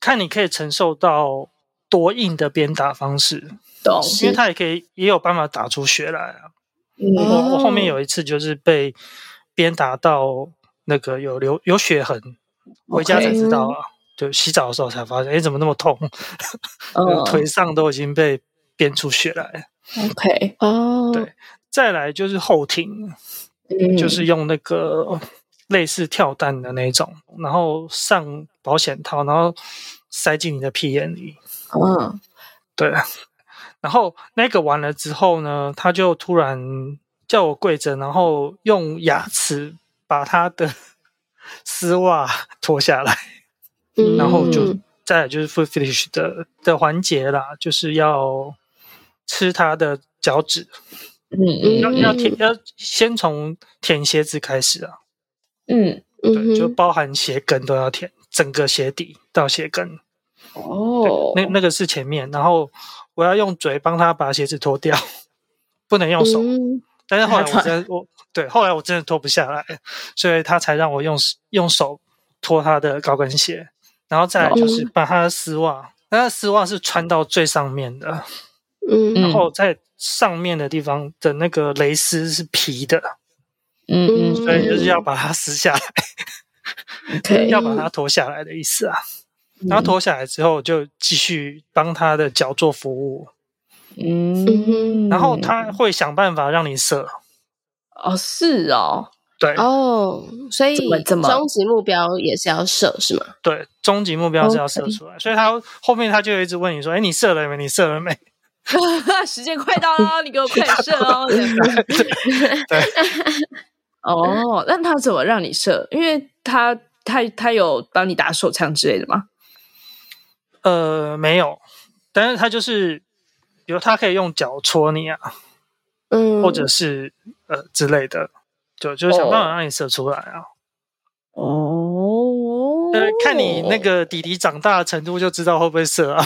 Speaker 3: 看你可以承受到多硬的鞭打方式，
Speaker 2: 懂
Speaker 3: 因为他也可以也有办法打出血来啊。
Speaker 1: 哦
Speaker 2: 嗯
Speaker 3: 我我后面有一次就是被鞭打到那个有流有血痕，回家才知道啊。就洗澡的时候才发现，哎，怎么那么痛？
Speaker 2: 嗯
Speaker 3: 腿上都已经被鞭出血来了。
Speaker 2: ，OK，
Speaker 1: 哦，
Speaker 3: 对再来就是后庭，
Speaker 2: 嗯
Speaker 3: 就是用那个类似跳蛋的那种，然后上保险套，然后塞进你的屁眼里。
Speaker 2: 嗯
Speaker 3: 对，然后那个完了之后呢，他就突然叫我跪着，然后用牙齿把他的 <laughs> 丝袜脱下来，
Speaker 1: 嗯
Speaker 3: 然后就再来就是 foot finish 的的环节啦，就是要吃他的脚趾，
Speaker 2: 嗯
Speaker 3: 要
Speaker 1: 嗯
Speaker 3: 要舔，要先从舔鞋子开始啊，
Speaker 2: 嗯
Speaker 1: 嗯
Speaker 3: 对，就
Speaker 1: 哼
Speaker 3: 包含鞋跟都要舔，整个鞋底到鞋跟，
Speaker 2: 嗯，哦
Speaker 3: 那那个是前面，然后我要用嘴帮他把鞋子脱掉， <laughs> 不能用手，
Speaker 1: 嗯
Speaker 3: 但是后
Speaker 1: <laughs>
Speaker 3: 来我真的我对，后来我真的脱不下来，所以他才让我用用手脱他的高跟鞋，然后再来
Speaker 1: 哦
Speaker 3: 就是把他的丝袜，他的丝袜是穿到最上面的，
Speaker 1: 嗯
Speaker 3: 然后在上面的地方的那个蕾丝是皮的，
Speaker 2: 嗯嗯
Speaker 3: 所以就是要把它撕下来，
Speaker 1: OK，
Speaker 3: <laughs> 要把它脱下来的意思啊。然后脱下来之后，就继续帮他的脚做服务，
Speaker 2: 嗯，
Speaker 3: 然后他会想办法让你射，
Speaker 2: 哦是哦， <laughs>
Speaker 3: 对
Speaker 1: 哦，所以
Speaker 2: 怎么怎么
Speaker 1: 终极目标也是要射是吗？
Speaker 3: 对，终极目标是要射出来，所以他后面他就一直问你说：“哎，你射了没？你射了没
Speaker 2: 时间快到了，你给我快点射
Speaker 3: <laughs>
Speaker 2: 哦！ <laughs> 哦，那他怎么让你射？因为他他他有帮你打手枪之类的吗？？”
Speaker 3: 呃，没有，但是他就是，比如他可以用脚戳你啊，
Speaker 1: 嗯，
Speaker 3: 或者是呃之类的，就就是想办法让你射出来啊。
Speaker 2: 哦
Speaker 3: 呃，看你那个弟弟长大的程度就知道会不会射啊，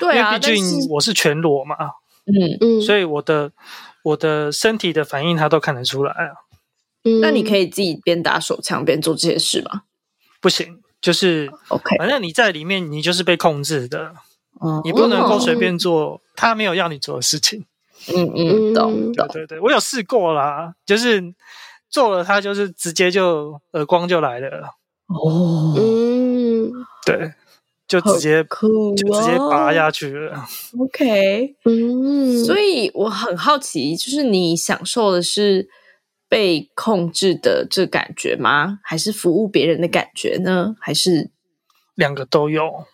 Speaker 2: 对
Speaker 3: 因为
Speaker 2: 啊，
Speaker 3: 毕竟
Speaker 2: 但是
Speaker 3: 我是全裸嘛，
Speaker 2: 嗯，
Speaker 1: 嗯，
Speaker 3: 所以我的我的身体的反应他都看得出来啊。
Speaker 1: 以
Speaker 2: 那你可
Speaker 1: 以
Speaker 2: 以自己边打手枪边做这些事吗
Speaker 3: 不行，就是
Speaker 2: ？OK，
Speaker 3: 反正你在里面，你就是被控制的，
Speaker 2: 嗯
Speaker 3: 你不能够随便做他没有要你做的事情。
Speaker 2: 嗯嗯，懂
Speaker 3: 对
Speaker 2: 懂，
Speaker 3: 对对，我有试过啦，就是做了他就是直接就耳光就来了，
Speaker 2: 哦，
Speaker 1: 嗯
Speaker 3: 对，就直接
Speaker 2: 酷哦
Speaker 3: 就直接拔下去了。
Speaker 2: ，OK。
Speaker 1: 嗯，
Speaker 2: 所
Speaker 1: 以
Speaker 2: 以我很好奇，就是你享受的是被控制的这感觉吗？还是服务别人的感觉呢？还是
Speaker 3: 两个都有。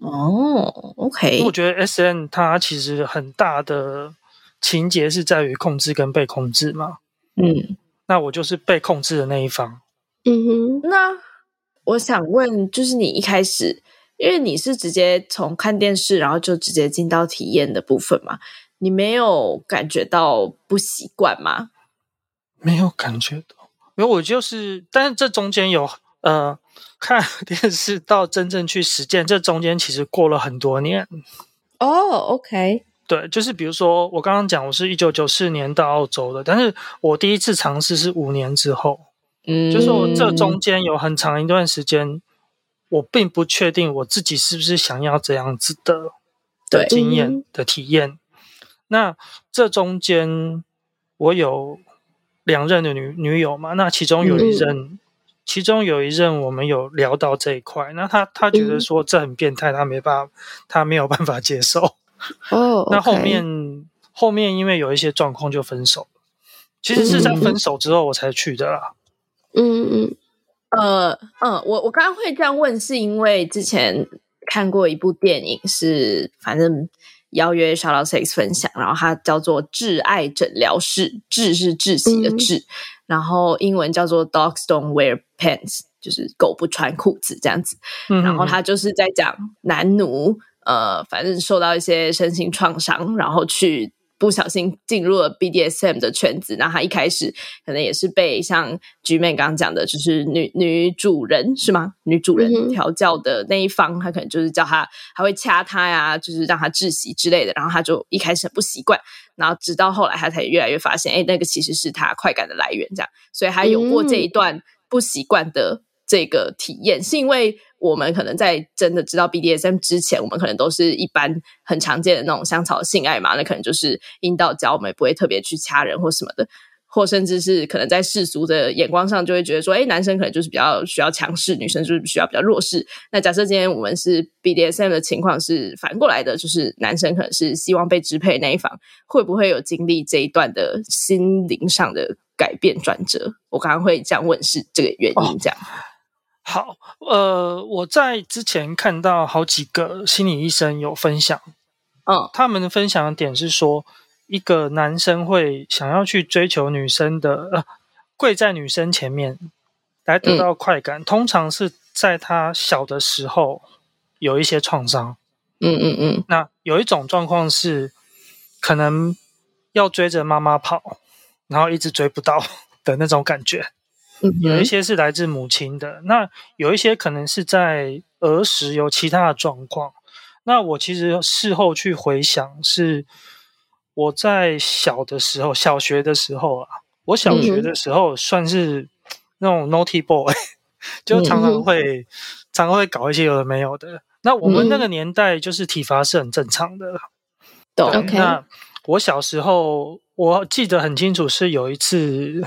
Speaker 2: 哦，OK，
Speaker 3: 我觉得 S N 它其实很大的情节是在于控制跟被控制嘛。
Speaker 2: 嗯，
Speaker 3: 那我就是被控制的那一方。
Speaker 1: 嗯哼，
Speaker 2: 那我想问，就是你一开始，因为你是直接从看电视，然后就直接进到体验的部分嘛，你没有感觉到不习惯吗？
Speaker 3: 没有感觉到，没有，我就是，但是这中间有呃，看 <laughs> 电视到真正去实践，这中间其实过了很多年。
Speaker 1: 哦，OK，
Speaker 3: 对，就是比如说我刚刚讲，我是一九九四年到澳洲的，但是我第一次尝试是五年之后，
Speaker 2: 嗯，
Speaker 3: 就是我这中间有很长一段时间，我并不确定我自己是不是想要这样子的的
Speaker 2: 对
Speaker 3: 经
Speaker 1: 嗯
Speaker 3: 验的体验。那这中间我有两任的女女友嘛，那其中有一任，
Speaker 2: 嗯
Speaker 3: 其中有一任我们有聊到这一块，那她她觉
Speaker 2: 嗯
Speaker 3: 得说这很变态，她没办法，她没有办法接受。
Speaker 1: 哦、
Speaker 3: 那后面后面因为有一些状况就分手了，其实是在
Speaker 2: 嗯
Speaker 3: 分手之后我才去的啦。
Speaker 1: 嗯嗯
Speaker 2: 呃嗯，我我刚刚会这样问，是因为之前看过一部电影是，反正邀约 s h o u t Six 分享，然后它叫做《挚爱诊疗室》，挚是窒息的挚，然后英文叫做 Dogs Don't Wear Pants，就是狗不穿裤子这样子。
Speaker 3: 嗯，
Speaker 2: 然后他就是在讲男奴，呃，反正受到一些身心创伤，然后去不小心进入了 BDSM 的圈子。那他一开始可能也是被像菊妹刚刚讲的，就是女女主人是吗？女主
Speaker 1: 嗯哼
Speaker 2: 人调教的那一方，他可能就是叫他，还会掐他呀，就是让他窒息之类的。然后他就一开始很不习惯，然后直到后来他才越来越发现，哎，那个其实是他快感的来源，这样。所以他有过这一段不习惯的这个体验，是因为我们可能在真的知道 BDSM 之前，我们可能都是一般很常见的那种香草性爱嘛，那可能就是阴道交，我们也不会特别去掐人或什么的。或甚至是可能在世俗的眼光上，就会觉得说，哎，男生可能就是比较需要强势，女生就是需要比较弱势。那假设今天我们是 BDSM 的情况是反过来的，就是男生可能是希望被支配那一方，会不会有经历这一段的心灵上的改变转折？我刚刚会这样问是这个原因，这样。
Speaker 3: 好，呃，我在之前看到好几个心理医生有分享，
Speaker 2: 嗯
Speaker 3: 他们的分享的点是说，一个男生会想要去追求女生的，呃，跪在女生前面来得到快感，通常是在他小的时候有一些创伤。
Speaker 2: 嗯嗯嗯，
Speaker 3: 那有一种状况是，可能要追着妈妈跑，然后一直追不到 <laughs> 的那种感觉。有一些是来自母亲的，那有一些可能是在儿时有其他的状况。那我其实事后去回想，是我在小的时候，小学的时候啊，我小学的时候算是那种 naughty boy，、就 <laughs> 常常会、常常会搞一些有的没有的。那我们
Speaker 1: 嗯
Speaker 3: 那个年代就是体罚是很正常的，
Speaker 2: 懂。
Speaker 1: OK
Speaker 3: 那我小时候，我记得很清楚，是有一次，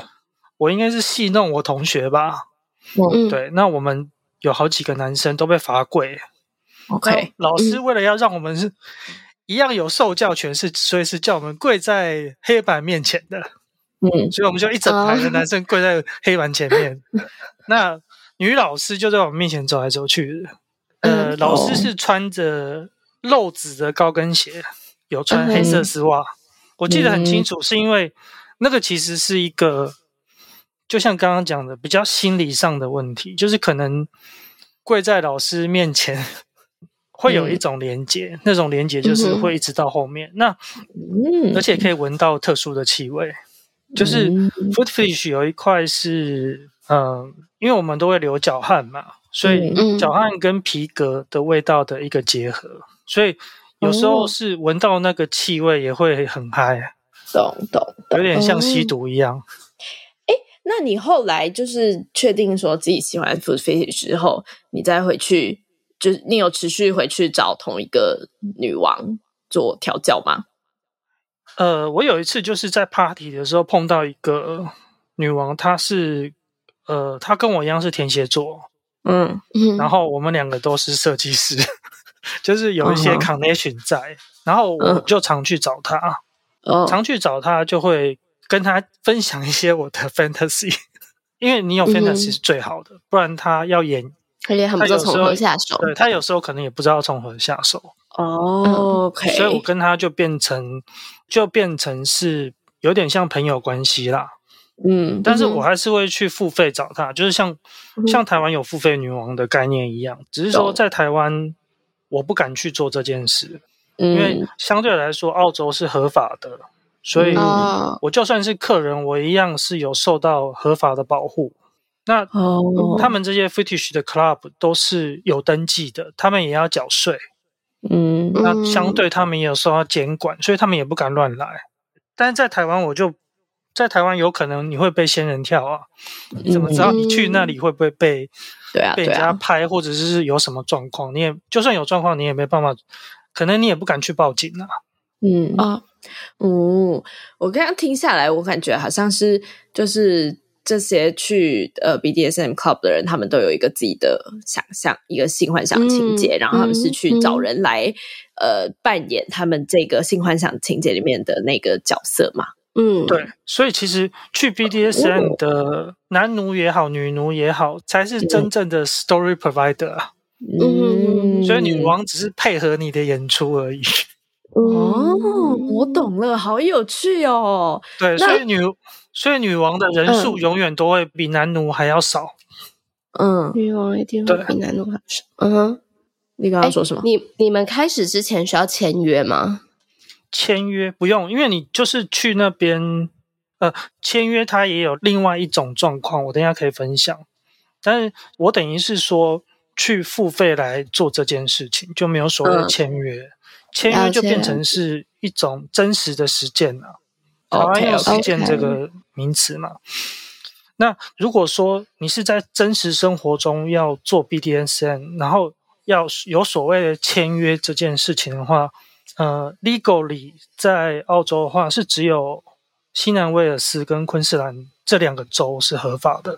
Speaker 3: 我应该是戏弄我同学吧。
Speaker 1: 嗯，
Speaker 3: 对，那我们有好几个男生都被罚跪。
Speaker 2: OK，嗯
Speaker 3: 老师为了要让我们是一样有受教权，是所以是叫我们跪在黑板面前的。
Speaker 2: 嗯哦
Speaker 3: 所以我们就一整排的男生跪在黑板前面。 <laughs> 那女老师就在我们面前走来走去
Speaker 2: 嗯
Speaker 3: 的。
Speaker 2: 哦
Speaker 3: 呃，老师是穿着露趾的高跟鞋，有
Speaker 2: 嗯
Speaker 3: 穿黑色丝袜。我记得很清楚，是因为那个其实是一个，就像刚刚讲的，比较心理上的问题，就是可能跪在老师面前会有一
Speaker 1: 嗯
Speaker 3: 种连接，那种连接就是会一直到后面。那而
Speaker 2: 嗯
Speaker 3: 且可以闻到特殊的气味。就是
Speaker 1: 嗯
Speaker 3: foot fish 有一块是，嗯，因为我们都会流脚汗嘛，所以
Speaker 1: 嗯
Speaker 3: 脚汗跟皮革的味道的一个结合，所以有时
Speaker 1: 哦
Speaker 3: 候是闻到那个气味也会很嗨，
Speaker 2: 懂懂。
Speaker 3: 有点像
Speaker 1: 哦
Speaker 3: 吸毒一样。
Speaker 2: 那你后来就是确定说自己喜欢 Food Fetish 之后，你再回去，就是你有持续回去找同一个女王做调教吗？
Speaker 3: 呃，我有一次就是在 party 的时候碰到一个女王，她是，呃，她跟我一样是天蝎座，
Speaker 2: 嗯
Speaker 1: 嗯
Speaker 3: 然后我们两个都是设计师， <laughs> 就是有一些
Speaker 2: 嗯
Speaker 3: connection 在，然后我
Speaker 2: 嗯
Speaker 3: 就常去找他，
Speaker 2: 哦
Speaker 3: 常去找他就会跟他分享一些我的 <laughs> fantasy，因为你有
Speaker 1: 嗯哼
Speaker 3: fantasy 是最好的，不然他要演
Speaker 1: 而且很不知道从何下手。
Speaker 3: 对他有时候可能也不知道从何下手，
Speaker 2: 哦，OK，
Speaker 3: 所以我跟他就变成就变成是有点像朋友关系啦。
Speaker 2: 嗯
Speaker 3: 但是我还是会去付费找他，就是像、像台湾有付费女王的概念一样，只是说
Speaker 2: 懂
Speaker 3: 在台湾我不敢去做这件事，因为
Speaker 2: 嗯
Speaker 3: 相对来说澳洲是合法的，所以
Speaker 2: 嗯
Speaker 1: 哦，
Speaker 3: 我就算是客人，我一样是有受到合法的保护。那
Speaker 2: 哦，
Speaker 3: 他们这些 fetish 的 club 都是有登记的，他们也要缴税，
Speaker 2: 嗯
Speaker 3: 那相对他们也有受到监管，所以他们也不敢乱来。但是在台湾，我就在台湾有可能你会被仙人跳啊，你怎么知道你去那里会不会被、
Speaker 2: 对嗯啊
Speaker 3: 被
Speaker 2: 对
Speaker 3: 人家
Speaker 2: 啊，
Speaker 3: 拍，或者是有什么状况？你也就算有状况，你也没办法，可能你也不敢去报警啊。
Speaker 2: 嗯
Speaker 1: 哦，
Speaker 2: 哦，我刚刚听下来，我感觉好像是就是这些去呃 BDSM club 的人，他们都有一个自己的想象，一个性幻想情节，
Speaker 1: 嗯
Speaker 2: 然后他们是去
Speaker 1: 嗯
Speaker 2: 找人来、呃扮演他们这个性幻想情节里面的那个角色嘛。
Speaker 1: 嗯，
Speaker 3: 对，所以其实去
Speaker 2: 哦
Speaker 3: BDSM 的男奴也好，女奴也好，才
Speaker 2: 嗯
Speaker 3: 是真正的 story provider 啊。
Speaker 1: 嗯
Speaker 3: 所以女王只是配合你的演出而已。
Speaker 2: 哦
Speaker 1: 嗯哦，，
Speaker 2: 我懂了，好有趣哦。
Speaker 3: 对，所以女所以女王的人
Speaker 1: 嗯
Speaker 3: 数永远都会比男奴还要少。
Speaker 2: 嗯，
Speaker 1: 女王哦一定会
Speaker 3: 对
Speaker 1: 比男奴好受。嗯哼，
Speaker 2: 你刚刚哦说什么？
Speaker 1: 哎你你们开始之前需要签约吗？
Speaker 3: 签约不用，因为你就是去那边，呃，签约它也有另外一种状况，我等一下可以分享。但是我等于是说去付费来做这件事情，就没有所谓的
Speaker 2: 嗯
Speaker 3: 签约，签
Speaker 1: 了解
Speaker 3: 约就变成是一种真实的实践了、台湾有
Speaker 2: OK，OK
Speaker 3: 实践这个名词嘛。那如果说你是在真实生活中要做 BDSN，然后要有所谓的签约这件事情的话，呃，legally 在澳洲的话是只有新南威尔斯跟昆士兰这两个州是合法的。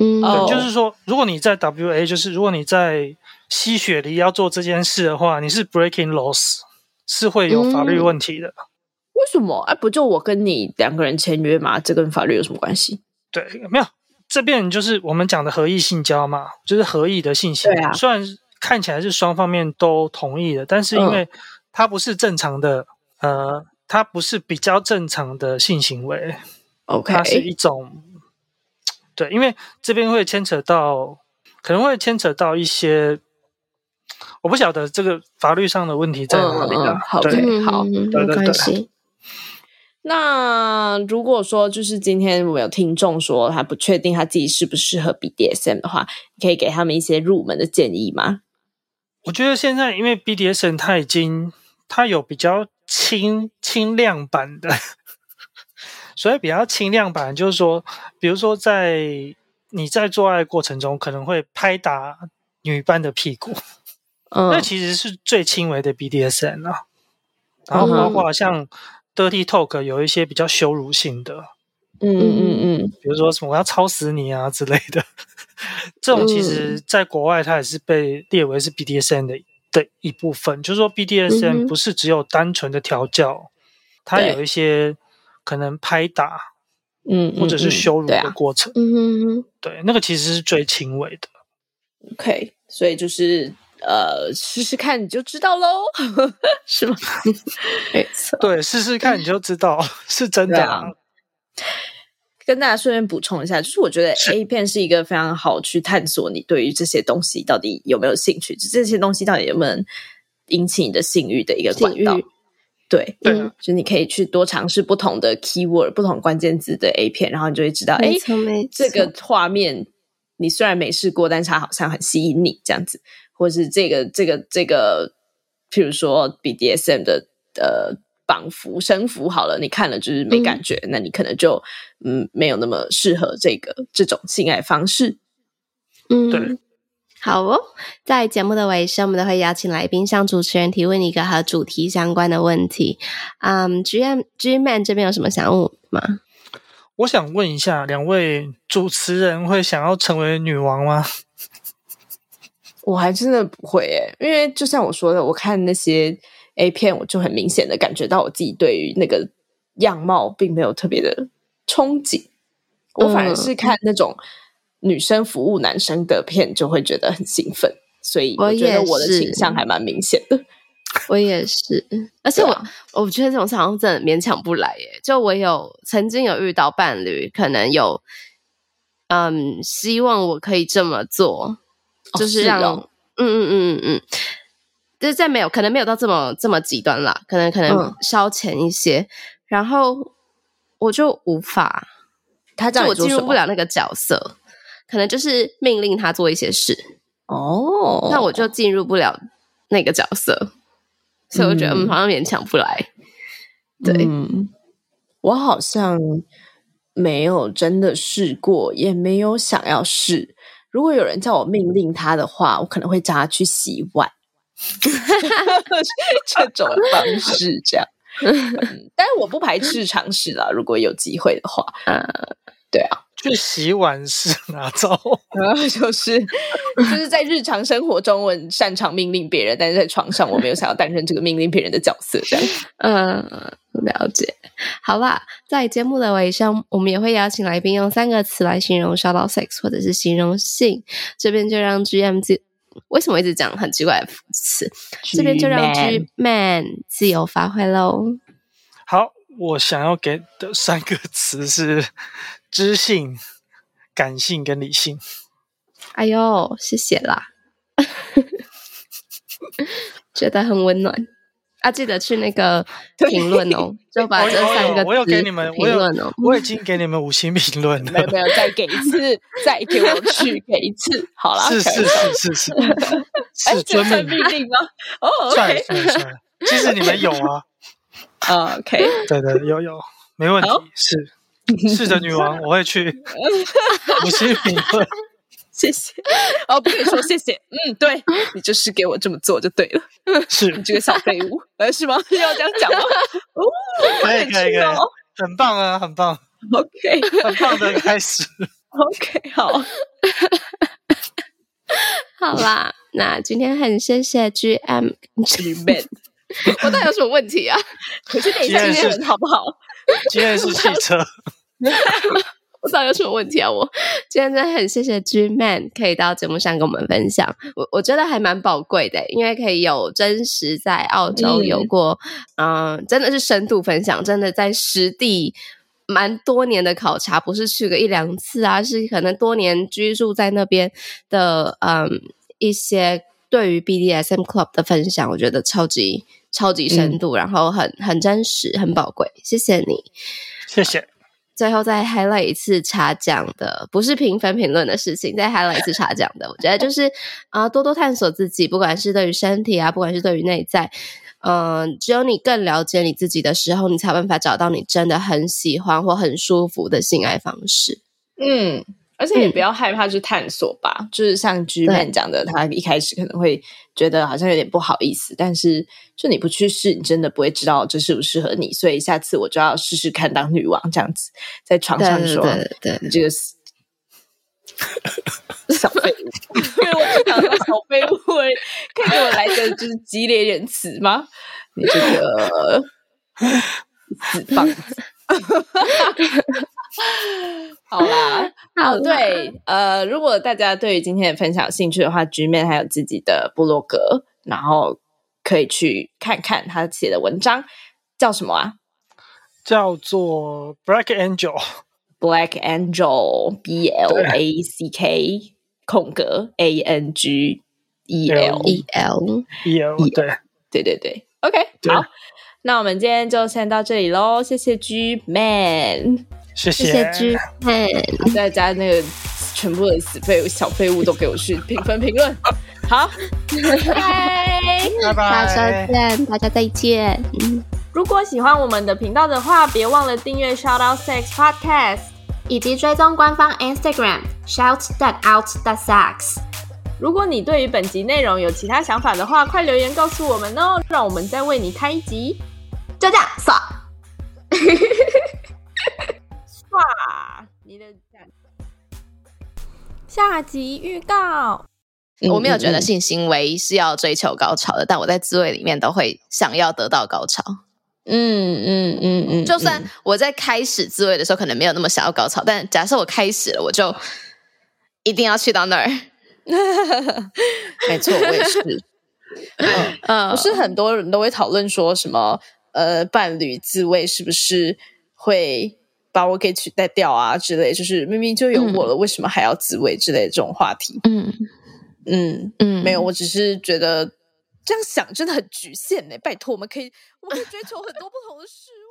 Speaker 1: 嗯，
Speaker 2: 哦
Speaker 3: 对，就是说，如果你在 WA，就是如果你在西雪梨要做这件事的话，你是 breaking laws，是会有法律问题的。
Speaker 2: 为什么？哎、不就我跟你两个人签约吗？这跟法律有什么关系？
Speaker 3: 对，没有这边就是我们讲的合意性交嘛，就是合意的性行为。
Speaker 2: 对啊
Speaker 3: 虽然看起来是双方面都同意的，但是因
Speaker 2: 嗯
Speaker 3: 为它不是正常的，呃，它不是比较正常的性行为，
Speaker 2: OK，
Speaker 3: 它啊是一种对，因为这边会牵扯到，可能会牵扯到一些，我不晓得这个法律上的问题在哪里
Speaker 2: 嗯嗯
Speaker 3: 啊
Speaker 2: 嗯。好
Speaker 3: 对，
Speaker 1: 嗯
Speaker 2: 好
Speaker 1: 嗯
Speaker 3: 对
Speaker 1: 没
Speaker 3: 对
Speaker 1: 关
Speaker 3: 对
Speaker 1: 系。
Speaker 2: 那如果说就是今天我们有听众说他不确定他自己适不适合 BDSM 的话，你可以给他们一些入门的建议吗？
Speaker 3: 我觉得现在因为 BDSN 它已经它有比较轻轻量版的，所以比较轻量版就是说，比如说在你在做爱过程中可能会拍打女伴的屁股，那
Speaker 2: 嗯
Speaker 3: 其实是最轻微的 BDSN 啊。然后包括像 Dirty Talk 有一些比较羞辱性的，
Speaker 2: 嗯嗯嗯
Speaker 3: 比如说什么我要操死你啊之类的， <laughs> 这种其实在国外它也是被列为是 BDSM 的的一部分，就是
Speaker 1: 嗯
Speaker 3: 说
Speaker 1: 哼
Speaker 3: BDSM 不是只有单纯的调教，它
Speaker 2: 对
Speaker 3: 有一些可能拍打
Speaker 2: 嗯嗯，
Speaker 3: 或者是羞辱
Speaker 2: 对
Speaker 3: 的
Speaker 2: 啊
Speaker 3: 过程，
Speaker 1: 嗯哼哼，
Speaker 3: 对，那个其实是最轻微的。
Speaker 2: ，OK，所以就是呃，试试看你就知道喽， <laughs> 是吗？
Speaker 1: 没错。
Speaker 3: 对，试试看你就知道 <laughs> 是真的啊、
Speaker 2: 跟大家顺便补充一下，就是我觉得
Speaker 3: 是
Speaker 2: A 片是一个非常好去探索你对于这些东西到底有没有兴趣，就这些东西到底有没有引起你的性欲的一个管
Speaker 1: 性欲
Speaker 2: 道。对，
Speaker 3: 对啊
Speaker 1: 嗯
Speaker 2: 就是你可以去多尝试不同的 keyword、不同关键字的 A 片，然后你就会知道，哎
Speaker 1: 没错没，错
Speaker 2: 这个画面你虽然没试过，但是它好像很吸引你这样子，或是这个这个这个，譬如说 BDSM 的呃绑服、绳服好了，你看了就是
Speaker 1: 嗯
Speaker 2: 没感觉，那你可能就嗯没有那么适合这个这种性爱方式。
Speaker 1: 嗯，
Speaker 3: 对。
Speaker 1: 好哦，在节目的尾声，我们都会邀请来宾向主持人提问一个和主题相关的问题。嗯，G M G Man 这边有什么想问我吗？
Speaker 3: 我想问一下，两位主持人会想要成为女王吗？ <laughs>
Speaker 2: 我还真的不会诶、因为就像我说的，我看那些 A 片，我就很明显的感觉到我自己对于那个嗯样貌并没有特别的憧憬，我反而是看那种、女生服务男生的片，就会觉得很兴奋。所以我觉得我的倾向还蛮明显的。
Speaker 1: 我也是，而且我、
Speaker 2: 啊
Speaker 1: 我觉得这种事好像真的勉强不来耶。就我有曾经有遇到伴侣，可能有嗯，希望我可以这么做，
Speaker 2: 哦
Speaker 1: 就是让、
Speaker 2: 是哦
Speaker 1: 嗯嗯嗯嗯嗯，就是在没有可能没有到这么这么极端啦，可能可能
Speaker 2: 嗯
Speaker 1: 稍前一些，然后我就无法，
Speaker 2: 他
Speaker 1: 就
Speaker 2: 叫
Speaker 1: 我
Speaker 2: 你做
Speaker 1: 进入
Speaker 2: 什
Speaker 1: 不
Speaker 2: 么？
Speaker 1: 了那个角色，可能就是命令他做一些事。
Speaker 2: 哦，
Speaker 1: 那我就进入不了那个角色，所以我觉得
Speaker 2: 嗯
Speaker 1: 嗯，好像勉强不来。对，
Speaker 2: 嗯我好像没有真的试过，也没有想要试。如果有人叫我命令他的话，我可能会叫他去洗
Speaker 1: <laughs>
Speaker 2: 碗，这种方
Speaker 1: <laughs>
Speaker 2: 式这样。嗯但是我不排斥尝试啦，如果有机会的话，
Speaker 3: 去洗碗是 <laughs> 哪招？
Speaker 2: 然后就是就是在日常生活中，我很擅长命令别人，但是在床上我没有想要担任这个命令别人的角色，这样。
Speaker 1: 嗯、了解。好啦，在节目的尾声，我们也会邀请来宾用三个词来形容烧到 sex 或者是形容性。这边就让 GM 自为什么一直讲很奇怪的词？ <laughs> 这边就让 G Man 自由发挥喽。
Speaker 3: 好，我想要给的 <laughs> 三个词是知性、感性跟理性。
Speaker 1: 哎呦，谢谢啦，觉得很温暖。啊，记得去那个评论哦，就把
Speaker 3: 我
Speaker 1: 这
Speaker 3: 有
Speaker 1: 三个
Speaker 3: 我有
Speaker 1: 字
Speaker 3: 给你们，我
Speaker 1: 评
Speaker 3: 有
Speaker 1: 论哦。
Speaker 3: 我已经给你们五星评论
Speaker 2: <laughs> 没有
Speaker 3: 了。
Speaker 2: 没有，再给一次，再给我去给一
Speaker 3: <laughs>
Speaker 2: 次，好啦，
Speaker 3: 是
Speaker 2: 可以
Speaker 3: 是是是是，
Speaker 2: <laughs> 哎，
Speaker 3: 是
Speaker 2: 这
Speaker 3: 遵
Speaker 2: 算
Speaker 3: 命
Speaker 2: 必定
Speaker 3: <laughs>
Speaker 2: 吗？哦
Speaker 3: 算
Speaker 2: ，OK，
Speaker 3: 算算，
Speaker 2: <laughs>
Speaker 3: 其实你们有啊，
Speaker 2: 啊，OK，
Speaker 3: 对对有有，没问题
Speaker 2: 好，
Speaker 3: 是是的，女王，我
Speaker 2: <laughs>
Speaker 3: 会去五星评论。
Speaker 2: 谢谢。哦，不可以说谢 <laughs> 谢，嗯，对你就是给我这么做就对了，
Speaker 3: 是
Speaker 2: 你， <laughs> 这个小废
Speaker 3: <laughs>
Speaker 2: 物，呃，是吗？要这样讲吗？哦，
Speaker 3: 可以
Speaker 2: 很哦
Speaker 3: 可
Speaker 2: 知
Speaker 3: 以可以
Speaker 2: 道，
Speaker 3: 很棒啊，很棒，很棒的开始。
Speaker 2: ，OK，OK，好，
Speaker 1: 好啦，那今天很谢谢 GM，
Speaker 2: 里面，
Speaker 1: 我到底有什么问题啊？
Speaker 2: 可是等一下
Speaker 3: 既然是
Speaker 2: 人好不好？
Speaker 3: 今天是汽
Speaker 2: <laughs>
Speaker 3: 车，
Speaker 1: 我到底有什么问题啊？我今天真的很谢谢 G Man 可以到节目上跟我们分享，我我觉得还蛮宝贵的，因为可以有真实在澳洲
Speaker 2: 嗯
Speaker 1: 有过，嗯、真的是深度分享，真的在实地。蛮多年的考察，不是去个一两次啊，是可能多年居住在那边的，嗯，一些对于 BDSM Club 的分享，我觉得超级超级深度，然后很很真实，很宝贵。谢谢你。
Speaker 3: 谢谢。
Speaker 1: 最后再 highlight 一次查奖的，不是评分评论的事情， <laughs> 再 highlight 一次查奖的。我觉得就是 <laughs> 啊、呃多多探索自己，不管是对于身体啊，不管是对于内在，嗯、只有你更了解你自己的时候，你才有办法找到你真的很喜欢或很舒服的性爱方式。
Speaker 2: 嗯，而且也不要害怕去探索吧。就是像 G Man 讲的，他一开始可能会觉得好像有点不好意思，但是就你不去试，你真的不会知道这适不适合你。所以下次我就要试试看当女王这样子，在床
Speaker 1: 对
Speaker 2: 上
Speaker 1: 对
Speaker 2: 说
Speaker 1: 对对，
Speaker 2: 你这个死 <laughs> 小废物， <laughs> 因为我就想说小废物会可以给我来个就是激烈一点词吗？你这 <laughs> 个死棒子。 <laughs> 好啦，
Speaker 1: 好
Speaker 2: 哦，对，呃，如果大家对于今天的分享有兴趣的话，G Man 还有自己的部落格，然后可以去看看他写的文章，叫什么啊
Speaker 3: 叫做 Black Angel，
Speaker 2: ？Black Angel B L A C K 空格 A N G E L，
Speaker 1: E
Speaker 2: 嗯
Speaker 1: L，
Speaker 3: 也对，
Speaker 2: 对对对，OK，
Speaker 3: 对
Speaker 2: 好，那我们今天就先到这里喽，谢谢 G Man，
Speaker 3: 谢
Speaker 1: 谢谢 G Man，
Speaker 2: 大家那个全部的死废物、小废物都给我去评分评论，好。
Speaker 3: 拜
Speaker 1: 大家
Speaker 3: 拜
Speaker 1: 再。见，大家再见。
Speaker 5: 如果喜欢我们的频道的话，别忘了订阅 Shout Out Sex Podcast。
Speaker 4: 以及追踪官方 Instagram shout that out that sucks。
Speaker 5: 如果你对于本集内容有其他想法的话，快留言告诉我们哦，让我们再为你开一集。
Speaker 4: 就这样，爽。
Speaker 5: 哇，你的下集预告。
Speaker 1: 我没有觉
Speaker 2: 嗯嗯
Speaker 1: 得
Speaker 2: 嗯
Speaker 1: 性行为是要追求高潮的，但我在自慰里面都会想要得到高潮。
Speaker 2: 嗯嗯嗯嗯，
Speaker 1: 就算我在开始自慰的时候，可能没有那么想要高潮，但假设我开始了，我就
Speaker 6: 一定要去到那儿。
Speaker 2: 没错，我也 <laughs> 是。
Speaker 6: 嗯
Speaker 2: 不是很多人都会讨论说什么呃，伴侣自慰是不是会把我给取代掉啊之类，就是明明就有我了，为什么还要自慰之类的这种话题。
Speaker 6: 嗯
Speaker 2: 嗯，
Speaker 6: 嗯，
Speaker 2: 没有，我只是觉得这样想真的很局限呢、拜托，我们可以，我们可以追求很多不同的事物。